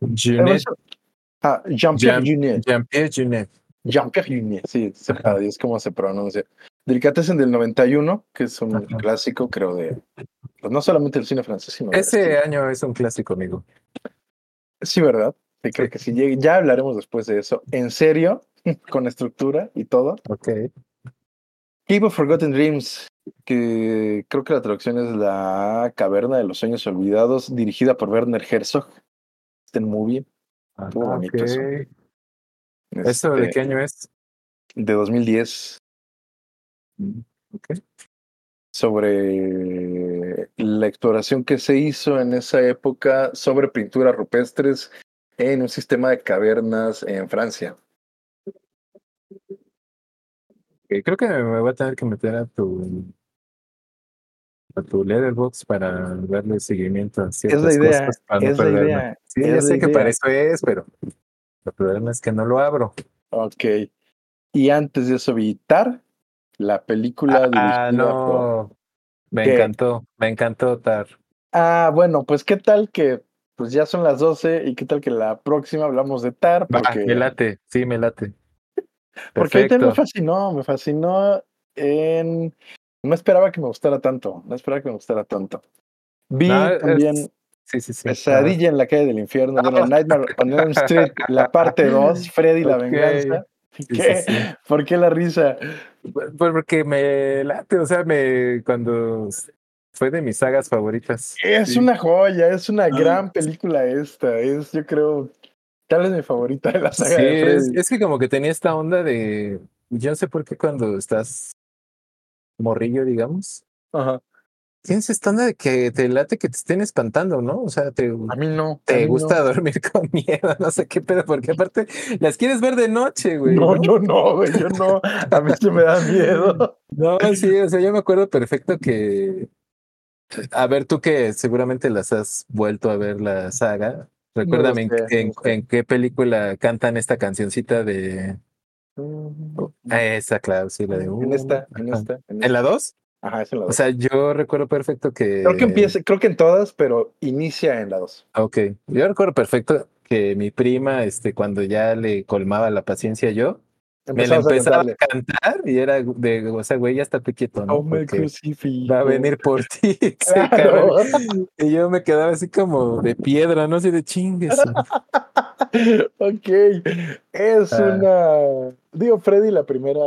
S2: Junet,
S4: Jean-Pierre Ah, Jean-Pierre
S2: Jean-
S4: Jeunet.
S2: Jean-Pierre Junet.
S4: Jean-Pierre Jeunet, sí, sepa Dios cómo se pronuncia. Delicatessen del 91, que es un
S2: Ajá.
S4: clásico, creo, de. pues, no solamente del cine francés, sino. de este,
S2: Ese año es un clásico, amigo.
S4: Sí, ¿verdad? Sí, creo
S2: Sí.
S4: que sí. llegue- Ya hablaremos después de eso. En serio, *laughs* con estructura y todo.
S2: Ok.
S4: Cave of Forgotten Dreams, que creo que la traducción es La Caverna de los Sueños Olvidados, dirigida por Werner Herzog. Este movie.
S2: Ah,
S4: Estuvo bonito eso.
S2: ok. ¿Eso
S4: este,
S2: de qué año es?
S4: de 2010.
S2: ok.
S4: Sobre la exploración que se hizo en esa época sobre pinturas rupestres en un sistema de cavernas en Francia.
S2: Eh, creo que me voy a tener que meter a tu a tu letterbox para darle seguimiento a ciertas
S1: la idea,
S2: cosas para no
S1: es la
S2: perderme.
S1: idea,
S2: Sí,
S1: es
S2: ya
S1: la
S2: sé que
S1: idea.
S2: para eso es, pero el problema es que no lo abro.
S1: Ok. Y antes de eso, vi Tar, la película
S2: Ah,
S1: dirigida por-
S2: no. Me
S1: ¿Qué?
S2: encantó, me encantó Tar.
S1: Ah, bueno, pues qué tal que pues ya son las 12 y qué tal que la próxima hablamos de Tar,
S2: Va,
S1: porque,
S2: me late, sí, me late.
S1: *laughs* porque ahorita
S2: Perfecto.
S1: me fascinó, me fascinó en... No esperaba que me gustara tanto, no esperaba que me gustara tanto. Vi
S2: No, es-
S1: también
S2: Sí, sí, Ah, sí.
S1: Pesadilla en la calle del infierno, bueno, Nightmare on Elm Street, la parte
S2: *laughs*
S1: 2, Freddy y la
S2: Ok.
S1: venganza.
S2: Sí, sí,
S1: ¿Qué?
S2: sí.
S1: ¿Por qué la risa?
S2: Pues Porque me late, o sea, me cuando fue de mis sagas favoritas.
S1: Es
S2: Sí. Ah.
S1: una joya, es una gran película esta. Es, yo creo, tal vez mi favorita de la
S2: Sí,
S1: saga de Freddy.
S2: es, es que como que tenía esta onda de, yo no sé por qué cuando estás morrillo, digamos,
S1: Ajá.
S2: tienes esta onda de que te late que te estén espantando, ¿no? O sea, te,
S1: A mí no. a
S2: te
S1: mí no.
S2: gusta dormir *laughs* con miedo, no sé qué pedo, porque aparte las quieres ver de noche, güey.
S1: No, yo no, güey, yo no. A mí se me da miedo.
S2: No, sí, o sea, yo me acuerdo perfecto que, a ver, tú que seguramente las has vuelto a ver la saga, recuérdame en,
S1: sé, no
S2: en-
S1: sé.
S2: en qué película cantan esta cancioncita de Ah, esa, claro, sí, la de
S1: En
S2: uh,
S1: esta, en
S2: ajá.
S1: esta. En
S2: ¿En
S1: esta.
S2: la 2?
S1: Ajá, es en la
S2: O
S1: dos.
S2: sea, eh, yo recuerdo perfecto que...
S1: creo que empieza, creo que en todas, pero inicia en la 2.
S2: Ok, yo recuerdo perfecto que mi prima, este, cuando ya le colmaba la paciencia yo, me la empezaba a cantar y era de, o sea, güey, ya estate quieto, ¿no?
S1: Oh, me
S2: Porque
S1: crucifijo.
S2: va a venir por ti. *laughs* Sí,
S1: Claro.
S2: cabrón. Y yo me quedaba así como de piedra, ¿no? Así de chingues.
S1: ok. Es
S2: Ah.
S1: una. Digo, Freddy, la primera.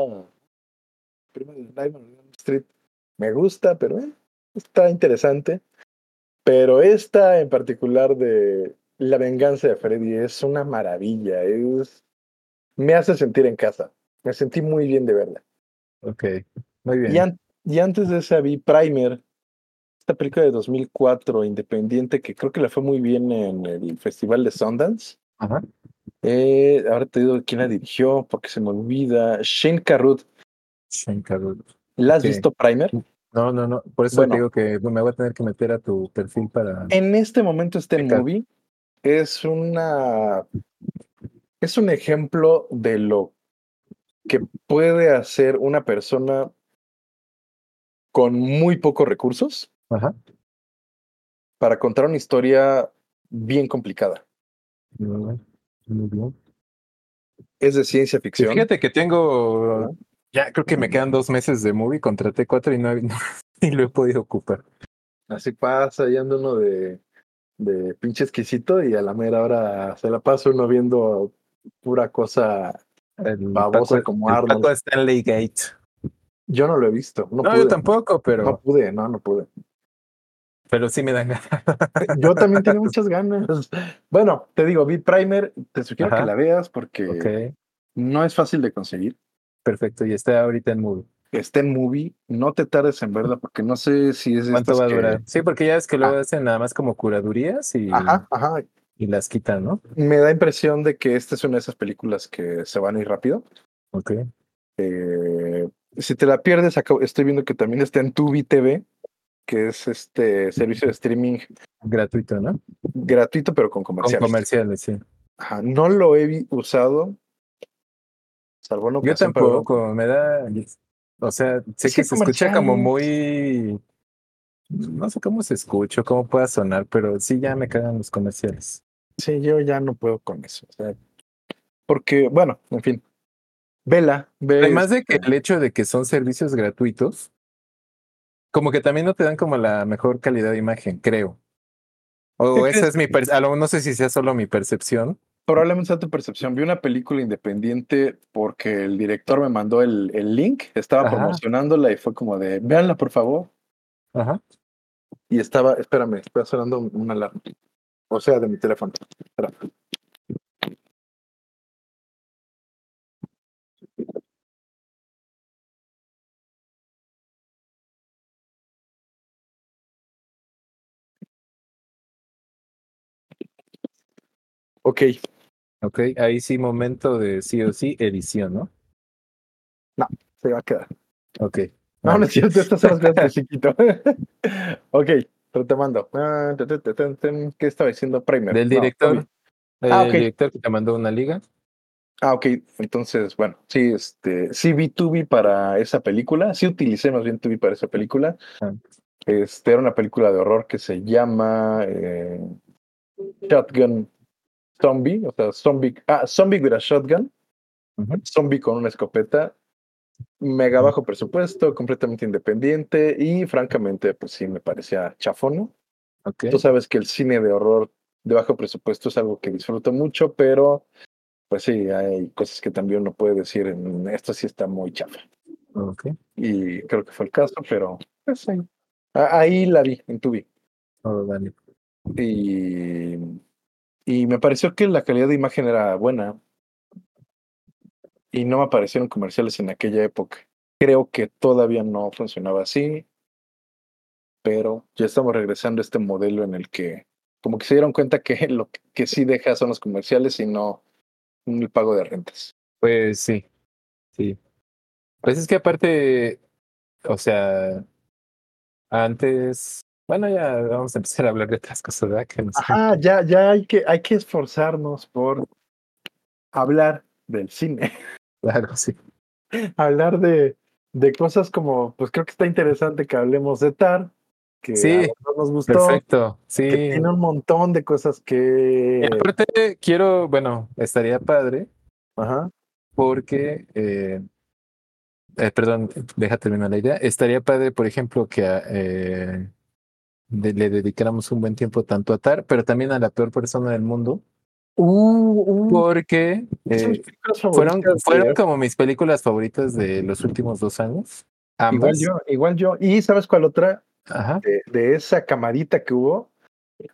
S1: Primera de Nightmare on Elm Street. Me gusta, pero eh, está interesante. Pero esta en particular de La venganza de Freddy es una maravilla. Es... Me hace sentir en casa. Me sentí muy bien de verla.
S2: Ok, muy bien.
S1: Y, an- y antes de esa vi Primer, esta película de 2004 independiente que creo que la fue muy bien en el Festival de Sundance.
S2: Ajá.
S1: Eh, ahora te digo quién la dirigió porque se me olvida. Shane Carruth.
S2: Chin, cabrón.
S1: ¿La has
S2: Sí.
S1: visto Primer?
S2: No, no, no. Por eso
S1: Bueno.
S2: te digo que me voy a tener que meter a tu perfil para...
S1: En este momento este
S2: Checa.
S1: movie es una es un ejemplo de lo que puede hacer una persona con muy pocos recursos
S2: Ajá.
S1: para contar una historia bien complicada.
S2: Muy bien.
S1: Es de ciencia
S2: Y
S1: ficción.
S2: fíjate que tengo,
S1: Ajá.
S2: ya creo que me quedan dos meses de movie, contraté cuatro y no, *laughs* no- ni lo he podido ocupar.
S1: Así pasa, y anda uno de, de pinche exquisito y a la mera hora se la pasa uno viendo pura cosa.
S2: El
S1: Babosa
S2: Paco-
S1: como
S2: el
S1: Arnold.
S2: Paco Stanley Gate.
S1: Yo no lo he visto. No,
S2: No,
S1: pude,
S2: yo tampoco, pero,
S1: No pude, no, no pude.
S2: pero sí me dan ganas.
S1: Yo también tenía muchas ganas. Bueno, te digo, vi Primer, te sugiero
S2: Ajá.
S1: que la veas porque
S2: Ok,
S1: no es fácil de conseguir.
S2: perfecto. Y está ahorita en movie.
S1: Este movie, no te tardes en verla porque no sé si es de
S2: ¿Cuánto
S1: estas
S2: va a
S1: pues que- Ah.
S2: durar? Sí, porque ya ves que luego hacen nada más como curadurías y,
S1: Ajá, ajá.
S2: y las quitan, ¿no?
S1: Me da impresión de que esta es una de esas películas que se van a ir rápido.
S2: Ok.
S1: Eh, si te la pierdes, acabo- estoy viendo que también está en Tubi TV, que es este servicio de streaming
S2: Gratuito, ¿no?
S1: gratuito pero con
S2: Con
S1: comerciales.
S2: comerciales, sí.
S1: Ajá, no lo he vi- usado. Salvo una
S2: Yo
S1: ocasión, pero no-
S2: tampoco, me da. O sea, sé
S1: Sí,
S2: que se escucha como
S1: comerciales.
S2: muy. No sé cómo se escucha, cómo pueda sonar, pero sí ya me cagan los comerciales.
S1: Sí, yo ya no puedo con eso. o sea, porque, bueno, en fin. Vela, ve.
S2: Además de que
S1: este,
S2: el hecho de que son servicios gratuitos, como que también no te dan como la mejor calidad de imagen, creo. O
S1: ¿Qué
S2: esa
S1: crees?
S2: es mi per- a lo- no sé si sea solo mi percepción.
S1: Probablemente sea tu percepción. Vi una película independiente porque el director me mandó el, el link, estaba
S2: Ajá.
S1: promocionándola y fue como de, véanla por favor.
S2: Ajá.
S1: Y estaba, espérame, está sonando un- una alarma. O sea, de mi teléfono. Espera. Ok,
S2: Ok, ahí sí, momento de sí o sí, edición, ¿no?
S1: No, se va a quedar.
S2: Ok.
S1: No, no es cierto, estas son las cosas que sí
S2: *laughs*
S1: quito. ok, retomando. Ah, tun, tun, tun, tun. ¿Qué estaba diciendo? Primer.
S2: Del
S1: No,
S2: director.
S1: Toby.
S2: del
S1: Ah, ok.
S2: director que te mandó una liga.
S1: Ah, ok.
S5: Entonces, bueno, sí, este, sí vi Tubi para esa película, sí utilicé más bien Tubi para esa película.
S2: Ah.
S5: Este, era una película de horror que se llama eh, Shotgun Zombie, o sea, Zombie, ah, Zombie with a Shotgun,
S2: Ujú.
S5: Zombie con una escopeta, mega bajo presupuesto, completamente independiente y francamente, pues sí, me parecía chafón.
S2: Ok.
S5: Tú sabes que el cine de horror de bajo presupuesto es algo que disfruto mucho, pero pues sí, hay cosas que también uno puede decir, en, esto sí está muy chafa.
S2: ok,
S5: Y creo que fue el caso, pero pues, ahí, a- ahí la vi en Tubi.
S2: oh, dale.
S5: Y, y me pareció que la calidad de imagen era buena. Y no me aparecieron comerciales en aquella época. Creo que todavía no funcionaba así. Pero ya estamos regresando a este modelo en el que como que se dieron cuenta que *laughs* lo que- que sí deja son los comerciales y no el pago de rentas.
S2: Pues sí, sí. Pues es que aparte, o sea, antes, bueno, ya vamos a empezar a hablar de otras cosas, ¿verdad? Que no sé. *laughs*
S1: Ajá, Ah, ya, ya hay que, hay que esforzarnos por hablar del cine,
S2: Claro, sí.
S1: hablar de, de cosas como, pues creo que está interesante que hablemos de Tar, que
S2: Sí,
S1: a los dos nos gustó,
S2: Perfecto,
S1: que eh,
S2: sí.
S1: tiene un montón de cosas
S2: Y
S1: que...
S2: aparte, quiero, bueno, estaría padre
S1: Ajá.
S2: porque, eh, eh, perdón, deja terminar la idea. Estaría padre, por ejemplo, que a, eh, de- le dedicáramos un buen tiempo tanto a Tar, pero también a la peor persona del mundo,
S1: Uh, uh,
S2: porque
S1: es de
S2: eh,
S1: mis películas
S2: fueron,
S1: favoritas,
S2: fueron
S1: eh.
S2: como mis películas favoritas de los últimos dos años.
S1: Igual
S2: Ambas.
S1: yo, igual yo. Y ¿sabes cuál otra?
S2: Ajá.
S1: De, de esa camarita que hubo.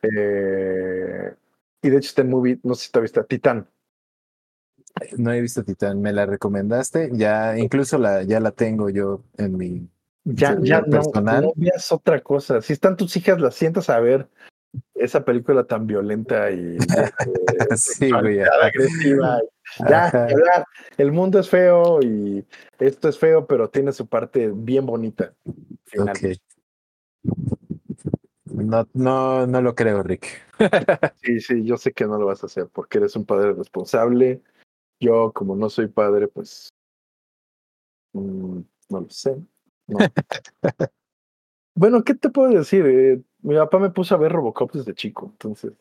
S1: eh, y de hecho está en movie, no sé si te viste, Titán.
S2: No he visto Titán, me la recomendaste. Ya, incluso la, ya la tengo yo en mi.
S1: Ya,
S2: Sí,
S1: ya
S2: lo
S1: no,
S2: personal.
S1: no veas otra cosa. Si están tus hijas, las sientas a ver esa película tan
S2: *laughs*
S1: violenta y llena de
S2: Sí, güey.
S1: sexualidad agresiva. Eh, Ya,
S2: Ajá.
S1: ni hablar. el mundo es feo y esto es feo, pero tiene su parte bien bonita. Final.
S2: Ok. No, no, no lo creo, Rick.
S1: Sí, sí, yo sé que no lo vas a hacer porque eres un padre responsable. Yo, como no soy padre, pues mm, no lo sé. *laughs* no. bueno, ¿qué te puedo decir? Eh, mi papá me puso a ver Robocop desde chico, entonces.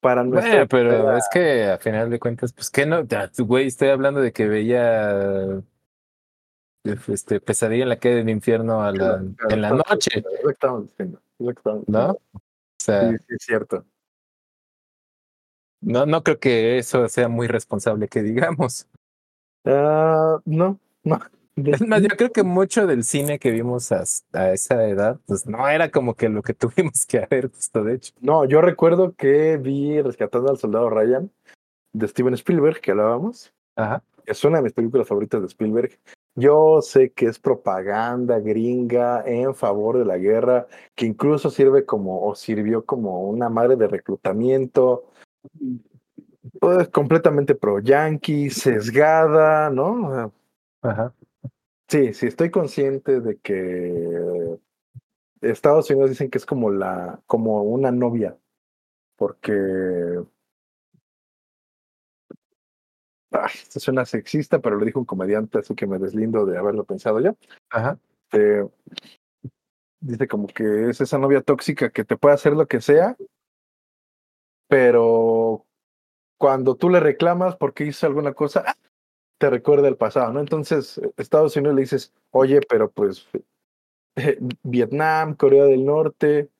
S1: Para nuestra
S2: Bueno, pero
S1: primera-
S2: es que a final de cuentas, pues que no, Ya, tú, güey, estoy hablando de que veía este pesadilla en la calle del infierno a la- en la noche,
S1: Es lo que estaban diciendo, es lo que estaban
S2: ¿no?
S1: diciendo.
S2: O sea,
S1: Sí, sí, es cierto.
S2: no, no creo que eso sea muy responsable que digamos.
S1: Ah, no, no. *laughs*
S2: Es más, yo creo que mucho del cine que vimos a, a esa edad, pues no era como que *laughs* lo que tuvimos que haber visto, de hecho.
S1: No, yo recuerdo que vi Rescatando al Soldado Ryan de Steven Spielberg, que hablábamos.
S2: Ajá.
S1: Es una de mis películas favoritas de Spielberg. Yo sé que es propaganda gringa en favor de la guerra, que incluso sirve como, o sirvió como una madre de reclutamiento. Todo es completamente pro-yankee, sesgada, ¿no? O sea,
S2: Ajá.
S1: Sí, sí, estoy consciente de que Estados Unidos dicen que es como la, como una novia, porque Ay, esto suena sexista, pero lo dijo un comediante, así que me deslindo de haberlo pensado yo.
S2: Ajá.
S1: Este, dice como que es esa novia tóxica que te puede hacer lo que sea, pero cuando tú le reclamas porque hizo alguna cosa, ¡ah! te recuerda el pasado, ¿no? Entonces, Estados Unidos le dices, oye, pero pues eh, Vietnam, Corea del Norte,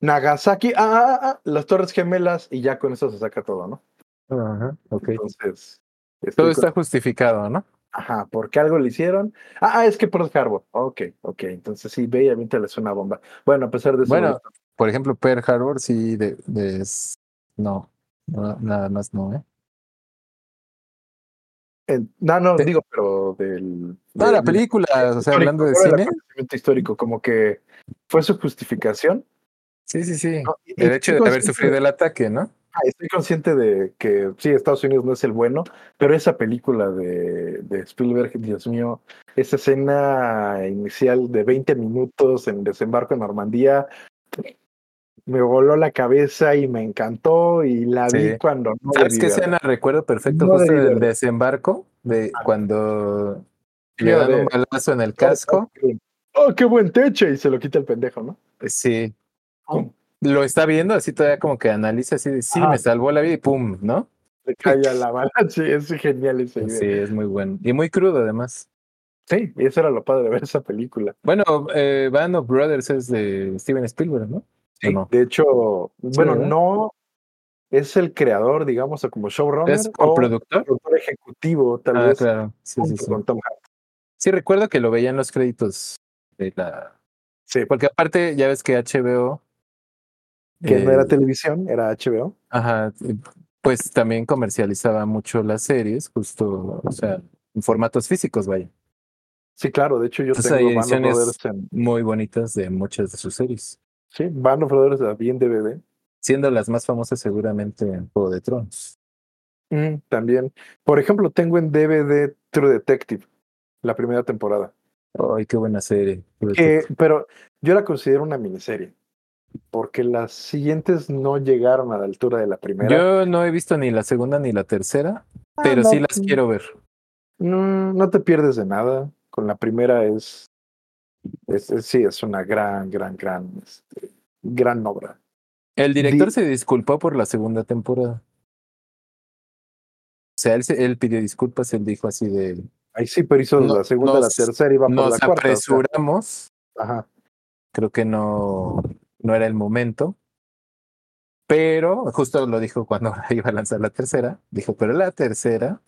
S1: Nagasaki, ah, ah, ah, las Torres Gemelas, y ya con eso se saca todo, ¿no?
S2: Ajá. Ok.
S1: Entonces, estoy
S2: Todo
S1: con-
S2: está justificado, ¿no?
S1: Ajá, porque algo le hicieron. Ah, ah, es que Pearl Harbor. Ok, ok. Entonces sí, ve y aviéntales una bomba. Bueno, a pesar de eso.
S2: Bueno, por ejemplo, Pearl Harbor sí de, de- es- no, no, nada más no, ¿eh?
S1: en- no, no,
S2: te-
S1: digo, pero del.
S2: No,
S1: del-
S2: la película, o sea,
S1: histórico,
S2: hablando de
S1: ¿no? El
S2: cine.
S1: acontecimiento histórico, como que fue su justificación.
S2: Sí, sí, sí.
S1: ¿no? Y- y
S2: El hecho de
S1: estoy
S2: haber
S1: consciente
S2: sufrido el ataque, ¿no?
S1: Ah, Estoy consciente de que sí, Estados Unidos no es el bueno, pero esa película de, de Spielberg, Dios mío, esa escena inicial de 20 minutos en desembarco en Normandía, me voló la cabeza y me encantó y la
S2: Sí.
S1: vi cuando no
S2: ¿Sabes
S1: debí
S2: qué
S1: verla.
S2: escena recuerdo perfecto?
S1: No
S2: justo
S1: debí
S2: del
S1: verla.
S2: desembarco, de cuando le
S1: Yo
S2: dan
S1: de-
S2: un balazo en el casco.
S1: ¡Oh, qué buen techo! Y se lo quita el pendejo, ¿no?
S2: Sí. Lo está viendo así todavía como que analiza así de sí,
S1: Ajá.
S2: me salvó la vida y pum, ¿no?
S1: Le cae a la bala. *laughs* Sí, es genial ese
S2: Sí,
S1: video.
S2: es muy bueno. Y muy crudo además.
S1: Sí, y eso era lo padre de ver esa película.
S2: Bueno, eh, Band of Brothers es de Steven Spielberg, ¿no? ¿O no?
S1: De hecho, bueno,
S2: ¿verdad?
S1: no es el creador, digamos, o como showrunner
S2: ¿Es
S1: o
S2: coproductor?
S1: productor ejecutivo, tal
S2: Ah,
S1: vez,
S2: claro. Sí, sí,
S1: junto
S2: sí.
S1: con Tom Hanks.
S2: Sí, recuerdo que lo veía en los créditos de la.
S1: Sí, pues,
S2: Porque aparte, ya ves que HBO.
S1: que no
S2: eh,
S1: era televisión, era HBO.
S2: Ajá, eh, pues también comercializaba mucho las series, justo, o sea, en formatos físicos, vaya,
S1: Sí, claro, de hecho yo
S2: Entonces,
S1: tengo
S2: hay
S1: Band of
S2: ediciones-
S1: Brothers en,
S2: muy bonitas de muchas de sus series,
S1: sí, Band of Brothers la vi en DVD.
S2: siendo las más famosas seguramente en Juego de Tronos.
S1: Mm, también, por ejemplo, tengo en DVD True Detective, la primera temporada.
S2: Ay, qué buena serie. Juego de
S1: que-
S2: Tronos.
S1: pero yo la considero una miniserie, porque las siguientes no llegaron a la altura de la primera.
S2: Yo no he visto ni la segunda ni la tercera,
S1: Ah,
S2: pero
S1: no,
S2: sí las
S1: mm,
S2: quiero ver.
S1: No, no te pierdes de nada. Con la primera es, es, es- sí, es una gran, gran, gran, este, gran obra.
S2: El director
S1: Di-
S2: se disculpó por la segunda temporada. O sea, él, se- él pidió disculpas, él dijo así de,
S1: Ahí sí, pero hizo
S2: No-
S1: la segunda, la
S2: nos-
S1: tercera y va por la
S2: nos
S1: cuarta. o sea,
S2: apresuramos.
S1: ajá.
S2: creo que no, no era el momento. Pero justo lo dijo cuando *laughs* iba a lanzar la tercera. Dijo, pero la tercera.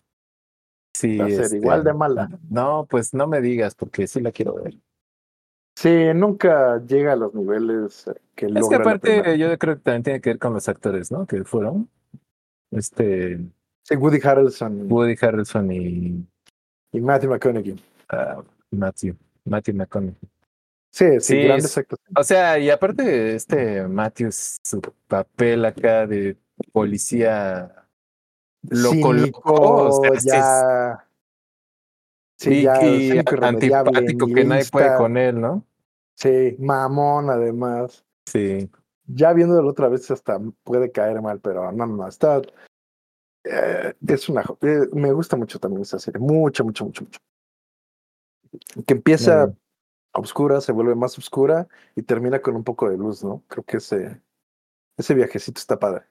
S2: Sí,
S1: Va a ser
S2: este,
S1: igual de mala.
S2: No, pues no me digas, porque sí la quiero ver.
S1: Sí, nunca llega a los niveles eh, que
S2: es que
S1: logra la primera.
S2: aparte, yo creo que también tiene que ver con los actores, ¿no? Que fueron este
S1: Sí, Woody Harrelson
S2: Woody Harrelson y
S1: y Matthew McConaughey.
S2: ah, Matthew, Matthew McConaughey.
S1: Sí, sí,
S2: Sí,
S1: grandes
S2: es-
S1: actores.
S2: O sea, y aparte, este Matthew, su papel acá de policía lo
S1: Cínico,
S2: colocó, o sea, sí,
S1: ya. Sí,
S2: y,
S1: ya
S2: y
S1: cínico, irremediable,
S2: antipático que nadie puede
S1: nihilista,
S2: con él, ¿no?
S1: Sí, mamón, además.
S2: Sí.
S1: ya viéndolo otra vez hasta puede caer mal, pero no, no, no, está... eh, es una... jo- eh, me gusta mucho también esa serie, mucho, mucho, mucho, mucho. Que empieza
S2: Claro.
S1: obscura, se vuelve más obscura y termina con un poco de luz, ¿no? Creo que ese, ese viajecito está padre.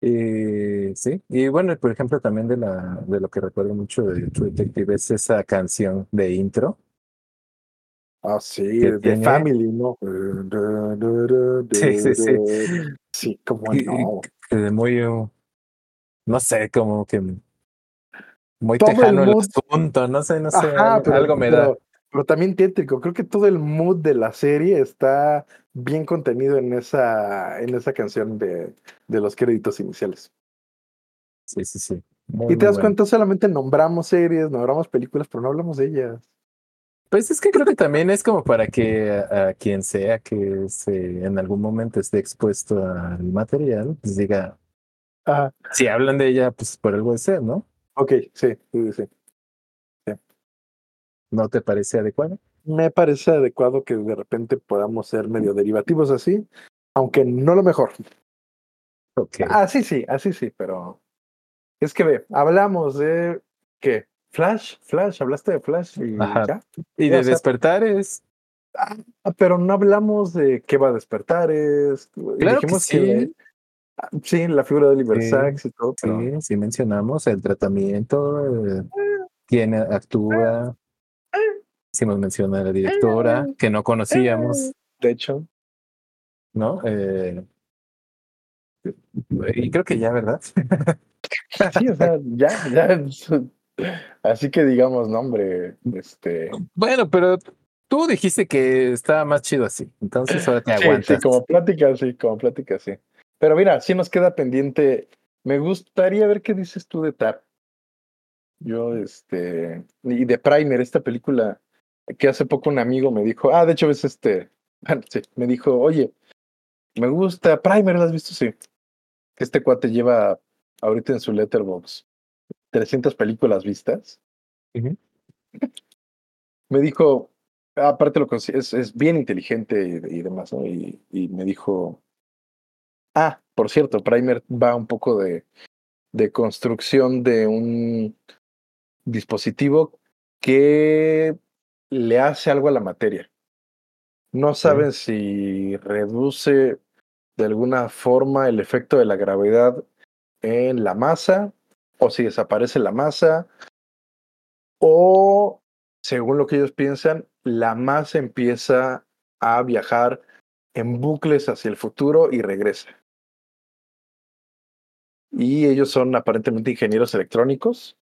S2: Y, Eh, sí. Y bueno, por ejemplo, también de, la, de lo que recuerdo mucho de True Detective es esa canción de intro.
S1: Ah, sí,
S2: Que
S1: de
S2: tiene-
S1: Family, ¿no?
S2: Sí, sí, sí.
S1: Sí, como
S2: Y-
S1: no.
S2: que de muy, uh, no sé, como que muy
S1: Todo el
S2: tejano el,
S1: mood.
S2: asunto, no sé, no sé,
S1: Ajá,
S2: algo,
S1: pero,
S2: algo me da.
S1: pero- pero también tétrico. Creo que todo el mood de la serie está bien contenido en esa, en esa canción de, de los créditos iniciales.
S2: Sí, sí, sí. Muy,
S1: Y
S2: muy
S1: te das
S2: bueno.
S1: cuenta, solamente nombramos series, nombramos películas, pero no hablamos de ellas.
S2: Pues es que creo que también es como para que a, a quien sea que se, en algún momento esté expuesto al material, pues diga,
S1: Ah,
S2: si hablan de ella, pues por algo de ser, ¿no?
S1: ok, sí, sí, sí.
S2: ¿No te parece adecuado?
S1: Me parece adecuado que de repente podamos ser medio derivativos así, aunque no lo mejor.
S2: Ok.
S1: Así sí, así sí, pero es que ve, hablamos de ¿qué? Flash, Flash, hablaste de Flash y
S2: Ajá.
S1: ya.
S2: y
S1: o
S2: de
S1: sea-
S2: despertar es,
S1: Ah, Pero no hablamos de qué va a despertar, es.
S2: claro que
S1: dijimos
S2: sí,
S1: ah, sí, la figura de Oliver
S2: Sí,
S1: Sacks y todo, pero
S2: sí, sí mencionamos el tratamiento, eh, quién actúa, hicimos mencionar a la directora, que no conocíamos,
S1: de hecho,
S2: ¿no? Eh, y creo que ya, ¿verdad?
S1: sí, o sea, ya, ya. *laughs* Así que digamos, nombre, este.
S2: Bueno, pero tú dijiste que estaba más chido así, entonces ahora te
S1: Sí,
S2: aguantas.
S1: sí, como plática, sí, como plática, sí. Pero mira, sí nos queda pendiente. Me gustaría ver qué dices tú de Tap. Yo, este. Y de Primer, esta película que hace poco un amigo me dijo. Ah, de hecho, es este. sí, me dijo, oye, me gusta Primer, ¿la has visto? Sí. Este cuate lleva ahorita en su letterbox 300 películas vistas.
S2: Ujú.
S1: *laughs* Me dijo, aparte lo consi- es, es bien inteligente y, y demás, ¿no? Y, y me dijo, ah, por cierto, Primer va un poco de, de construcción de un dispositivo que le hace algo a la materia. No saben si reduce de alguna forma el efecto de la gravedad en la masa o si desaparece la masa o según lo que ellos piensan la masa empieza a viajar en bucles hacia el futuro y regresa y ellos son aparentemente ingenieros electrónicos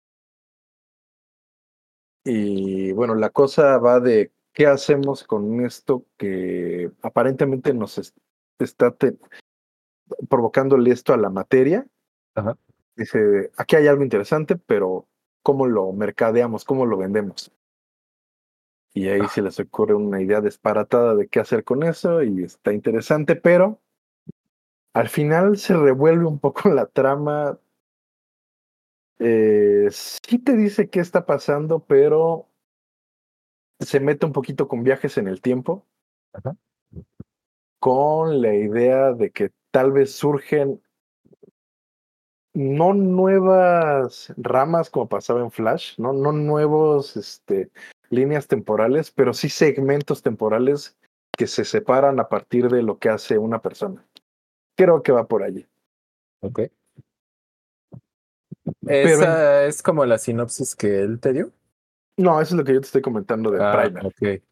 S1: y bueno la cosa va de qué hacemos con esto que aparentemente nos es- está te- provocándole esto a la materia dice, aquí hay algo interesante, pero ¿cómo lo mercadeamos? ¿Cómo lo vendemos? Y ahí se les ocurre una idea disparatada de qué hacer con eso y está interesante, pero al final se revuelve un poco la trama. Eh, sí te dice qué está pasando, pero se mete un poquito con viajes en el tiempo,
S2: Ajá.
S1: con la idea de que tal vez surgen no nuevas ramas como pasaba en Flash, no, no nuevos este, líneas temporales, pero sí segmentos temporales que se separan a partir de lo que hace una persona. Creo que va por allí.
S2: Ok.
S1: Pero-
S2: Esa es como la sinopsis que él te dio.
S1: No, eso es lo que yo te estoy comentando de
S2: Ah,
S1: Primer.
S2: ok,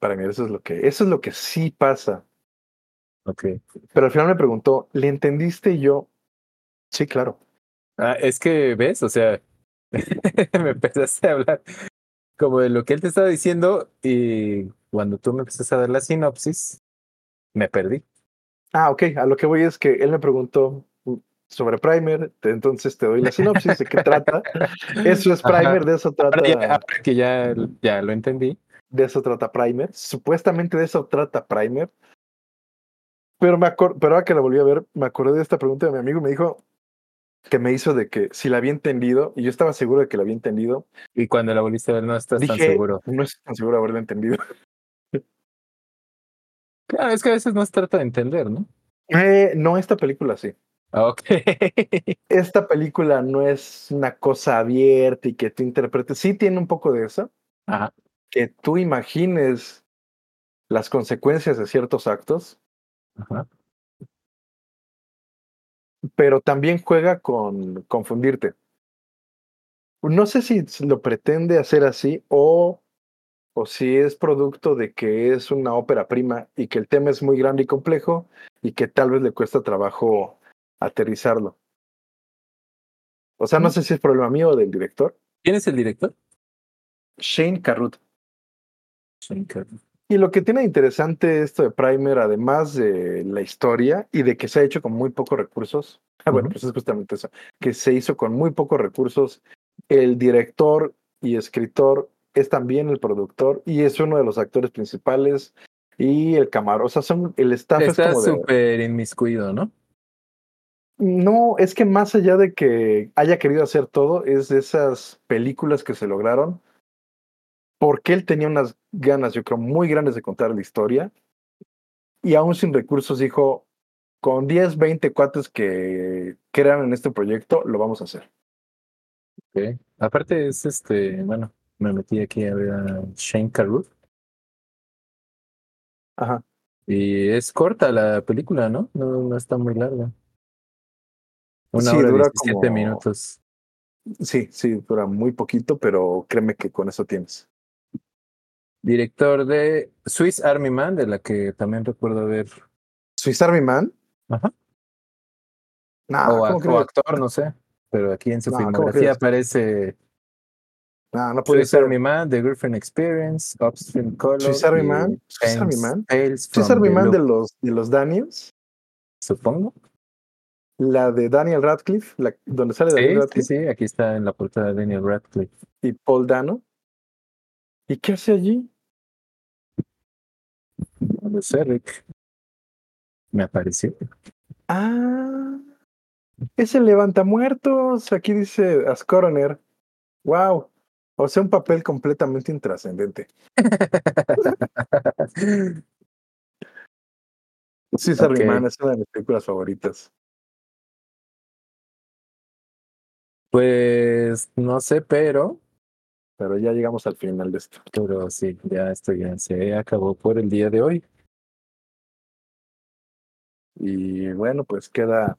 S1: Para mí eso es lo que eso es lo que sí pasa.
S2: ok.
S1: Pero al final me preguntó, ¿le entendiste Y yo? Sí, claro.
S2: Ah, es que, ¿ves? O sea, *laughs* me empezaste a hablar como de lo que él te estaba diciendo y cuando tú me empezaste a dar la sinopsis, me perdí.
S1: Ah, ok. A lo que voy es que él me preguntó sobre Primer, te- entonces te doy la sinopsis de
S2: *laughs*
S1: qué trata. Eso es
S2: Ajá.
S1: Primer, de eso trata.
S2: Ahora, ya- ahora que ya, ya lo entendí.
S1: De eso trata Primer. Supuestamente de eso trata Primer. Pero me acor- pero ahora que la volví a ver, me acordé de esta pregunta de mi amigo y me dijo que me hizo de que si la había entendido, y yo estaba seguro de que la había entendido,
S2: Y cuando la volviste a ver, no estás tan
S1: Dije-
S2: seguro.
S1: no estoy tan seguro de haberla entendido. *laughs*
S2: Claro, es que a veces no se trata de entender, ¿no?
S1: Eh, no, esta película sí.
S2: Ah, Ok. *laughs*
S1: Esta película no es una cosa abierta y que tú interpretes. Sí tiene un poco de eso,
S2: Ajá.
S1: que tú imagines las consecuencias de ciertos actos,
S2: Ajá.
S1: pero también juega con confundirte. No sé si lo pretende hacer así o, o si es producto de que es una ópera prima y que el tema es muy grande y complejo y que tal vez le cuesta trabajo aterrizarlo. O sea, no sé si es problema mío o del director,
S2: ¿Quién es el director?
S1: Shane Carruth.
S2: Shane Carruth.
S1: Y lo que tiene de interesante esto de Primer, además de la historia y de que se ha hecho con muy pocos recursos, ah, bueno,
S2: Ujú.
S1: pues es justamente eso, que se hizo con muy pocos recursos. El director y escritor es también el productor y es uno de los actores principales y el camarón, o sea, son, el staff es
S2: Está
S1: como de...
S2: súper inmiscuido, ¿no?
S1: No, es que más allá de que haya querido hacer todo, es de esas películas que se lograron, porque él tenía unas ganas, yo creo, muy grandes de contar la historia, y aún sin recursos dijo, con 10, 20 cuates que crean en este proyecto, lo vamos a hacer.
S2: Ok. Aparte es este, bueno, me metí aquí a ver a Shane Carruth
S1: Ajá.
S2: y es corta la película, ¿no? No, no está muy larga. Una
S1: Sí,
S2: hora
S1: dura
S2: 17
S1: como-
S2: minutos.
S1: Sí, sí, dura muy poquito, pero créeme que con eso tienes.
S2: Director de Swiss Army Man, de la que también recuerdo haber
S1: Swiss Army Man.
S2: Ajá. Oh, ah,
S1: Nah,
S2: o,
S1: Ah, ¿cómo
S2: ac- o
S1: crees?
S2: actor, no sé. Pero aquí en su
S1: No, ¿cómo
S2: filmografía
S1: crees?
S2: aparece
S1: Nah, no puede
S2: Swiss
S1: ser.
S2: Army Man, The Girlfriend Experience, Upstream Color.
S1: Swiss Army
S2: y
S1: Man, Swiss Army
S2: Tales-
S1: Man.
S2: Tales
S1: Swiss
S2: from
S1: Army
S2: the
S1: Man de
S2: Loop,
S1: los, de los Daniels.
S2: supongo.
S1: La de Daniel Radcliffe, la- donde sale Daniel
S2: Sí, sí,
S1: Radcliffe
S2: sí, aquí está en la portada de Daniel Radcliffe.
S1: y Paul Dano. ¿Y qué hace allí?
S2: No lo sé, Rick. Me apareció.
S1: Ah, es el levantamuertos. Aquí dice As Coroner. Wow. O sea, un papel completamente intrascendente. Sí, Sarriman
S2: Ok.
S1: es una de mis películas favoritas.
S2: *laughs* Pues no sé, pero,
S1: Pero ya llegamos al final de esto.
S2: pero sí, ya esto ya se acabó por el día de hoy.
S1: Y bueno, pues queda,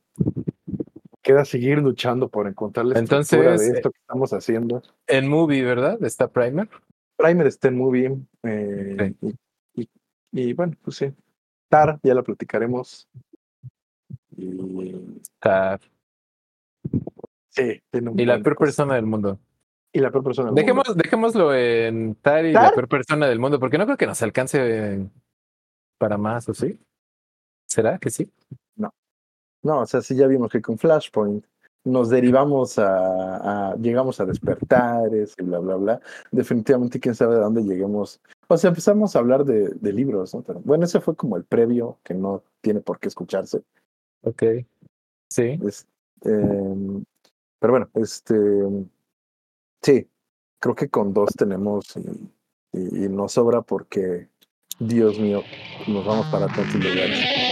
S1: queda seguir luchando por encontrar la estructura
S2: Entonces,
S1: de esto que estamos haciendo.
S2: En movie, ¿verdad? Está Primer.
S1: Primer está en movie. eh, y, y- y bueno, pues sí. Tar, ya la platicaremos. Y
S2: Está-
S1: sí, tiene un
S2: Y la
S1: buen-
S2: peor persona del mundo.
S1: y la peor persona. del mundo.
S2: Dejemos, dejémoslo en Tar y la
S1: ¿Tar?
S2: peor persona del mundo, porque no creo que nos alcance para más, ¿o sí? ¿Será que sí?
S1: No, o sea, sí ya vimos que con Flashpoint nos derivamos a, a- llegamos a despertares y bla, bla, bla. Definitivamente, quién sabe de dónde lleguemos. O sea, empezamos a hablar de, de libros, ¿no? Pero, bueno, ese fue como el previo que no tiene por qué escucharse.
S2: Ok. Sí.
S1: Es- em, pero bueno, este, sí, creo que con dos tenemos y, y- y nos sobra porque, Dios mío, nos vamos para tantos lugares.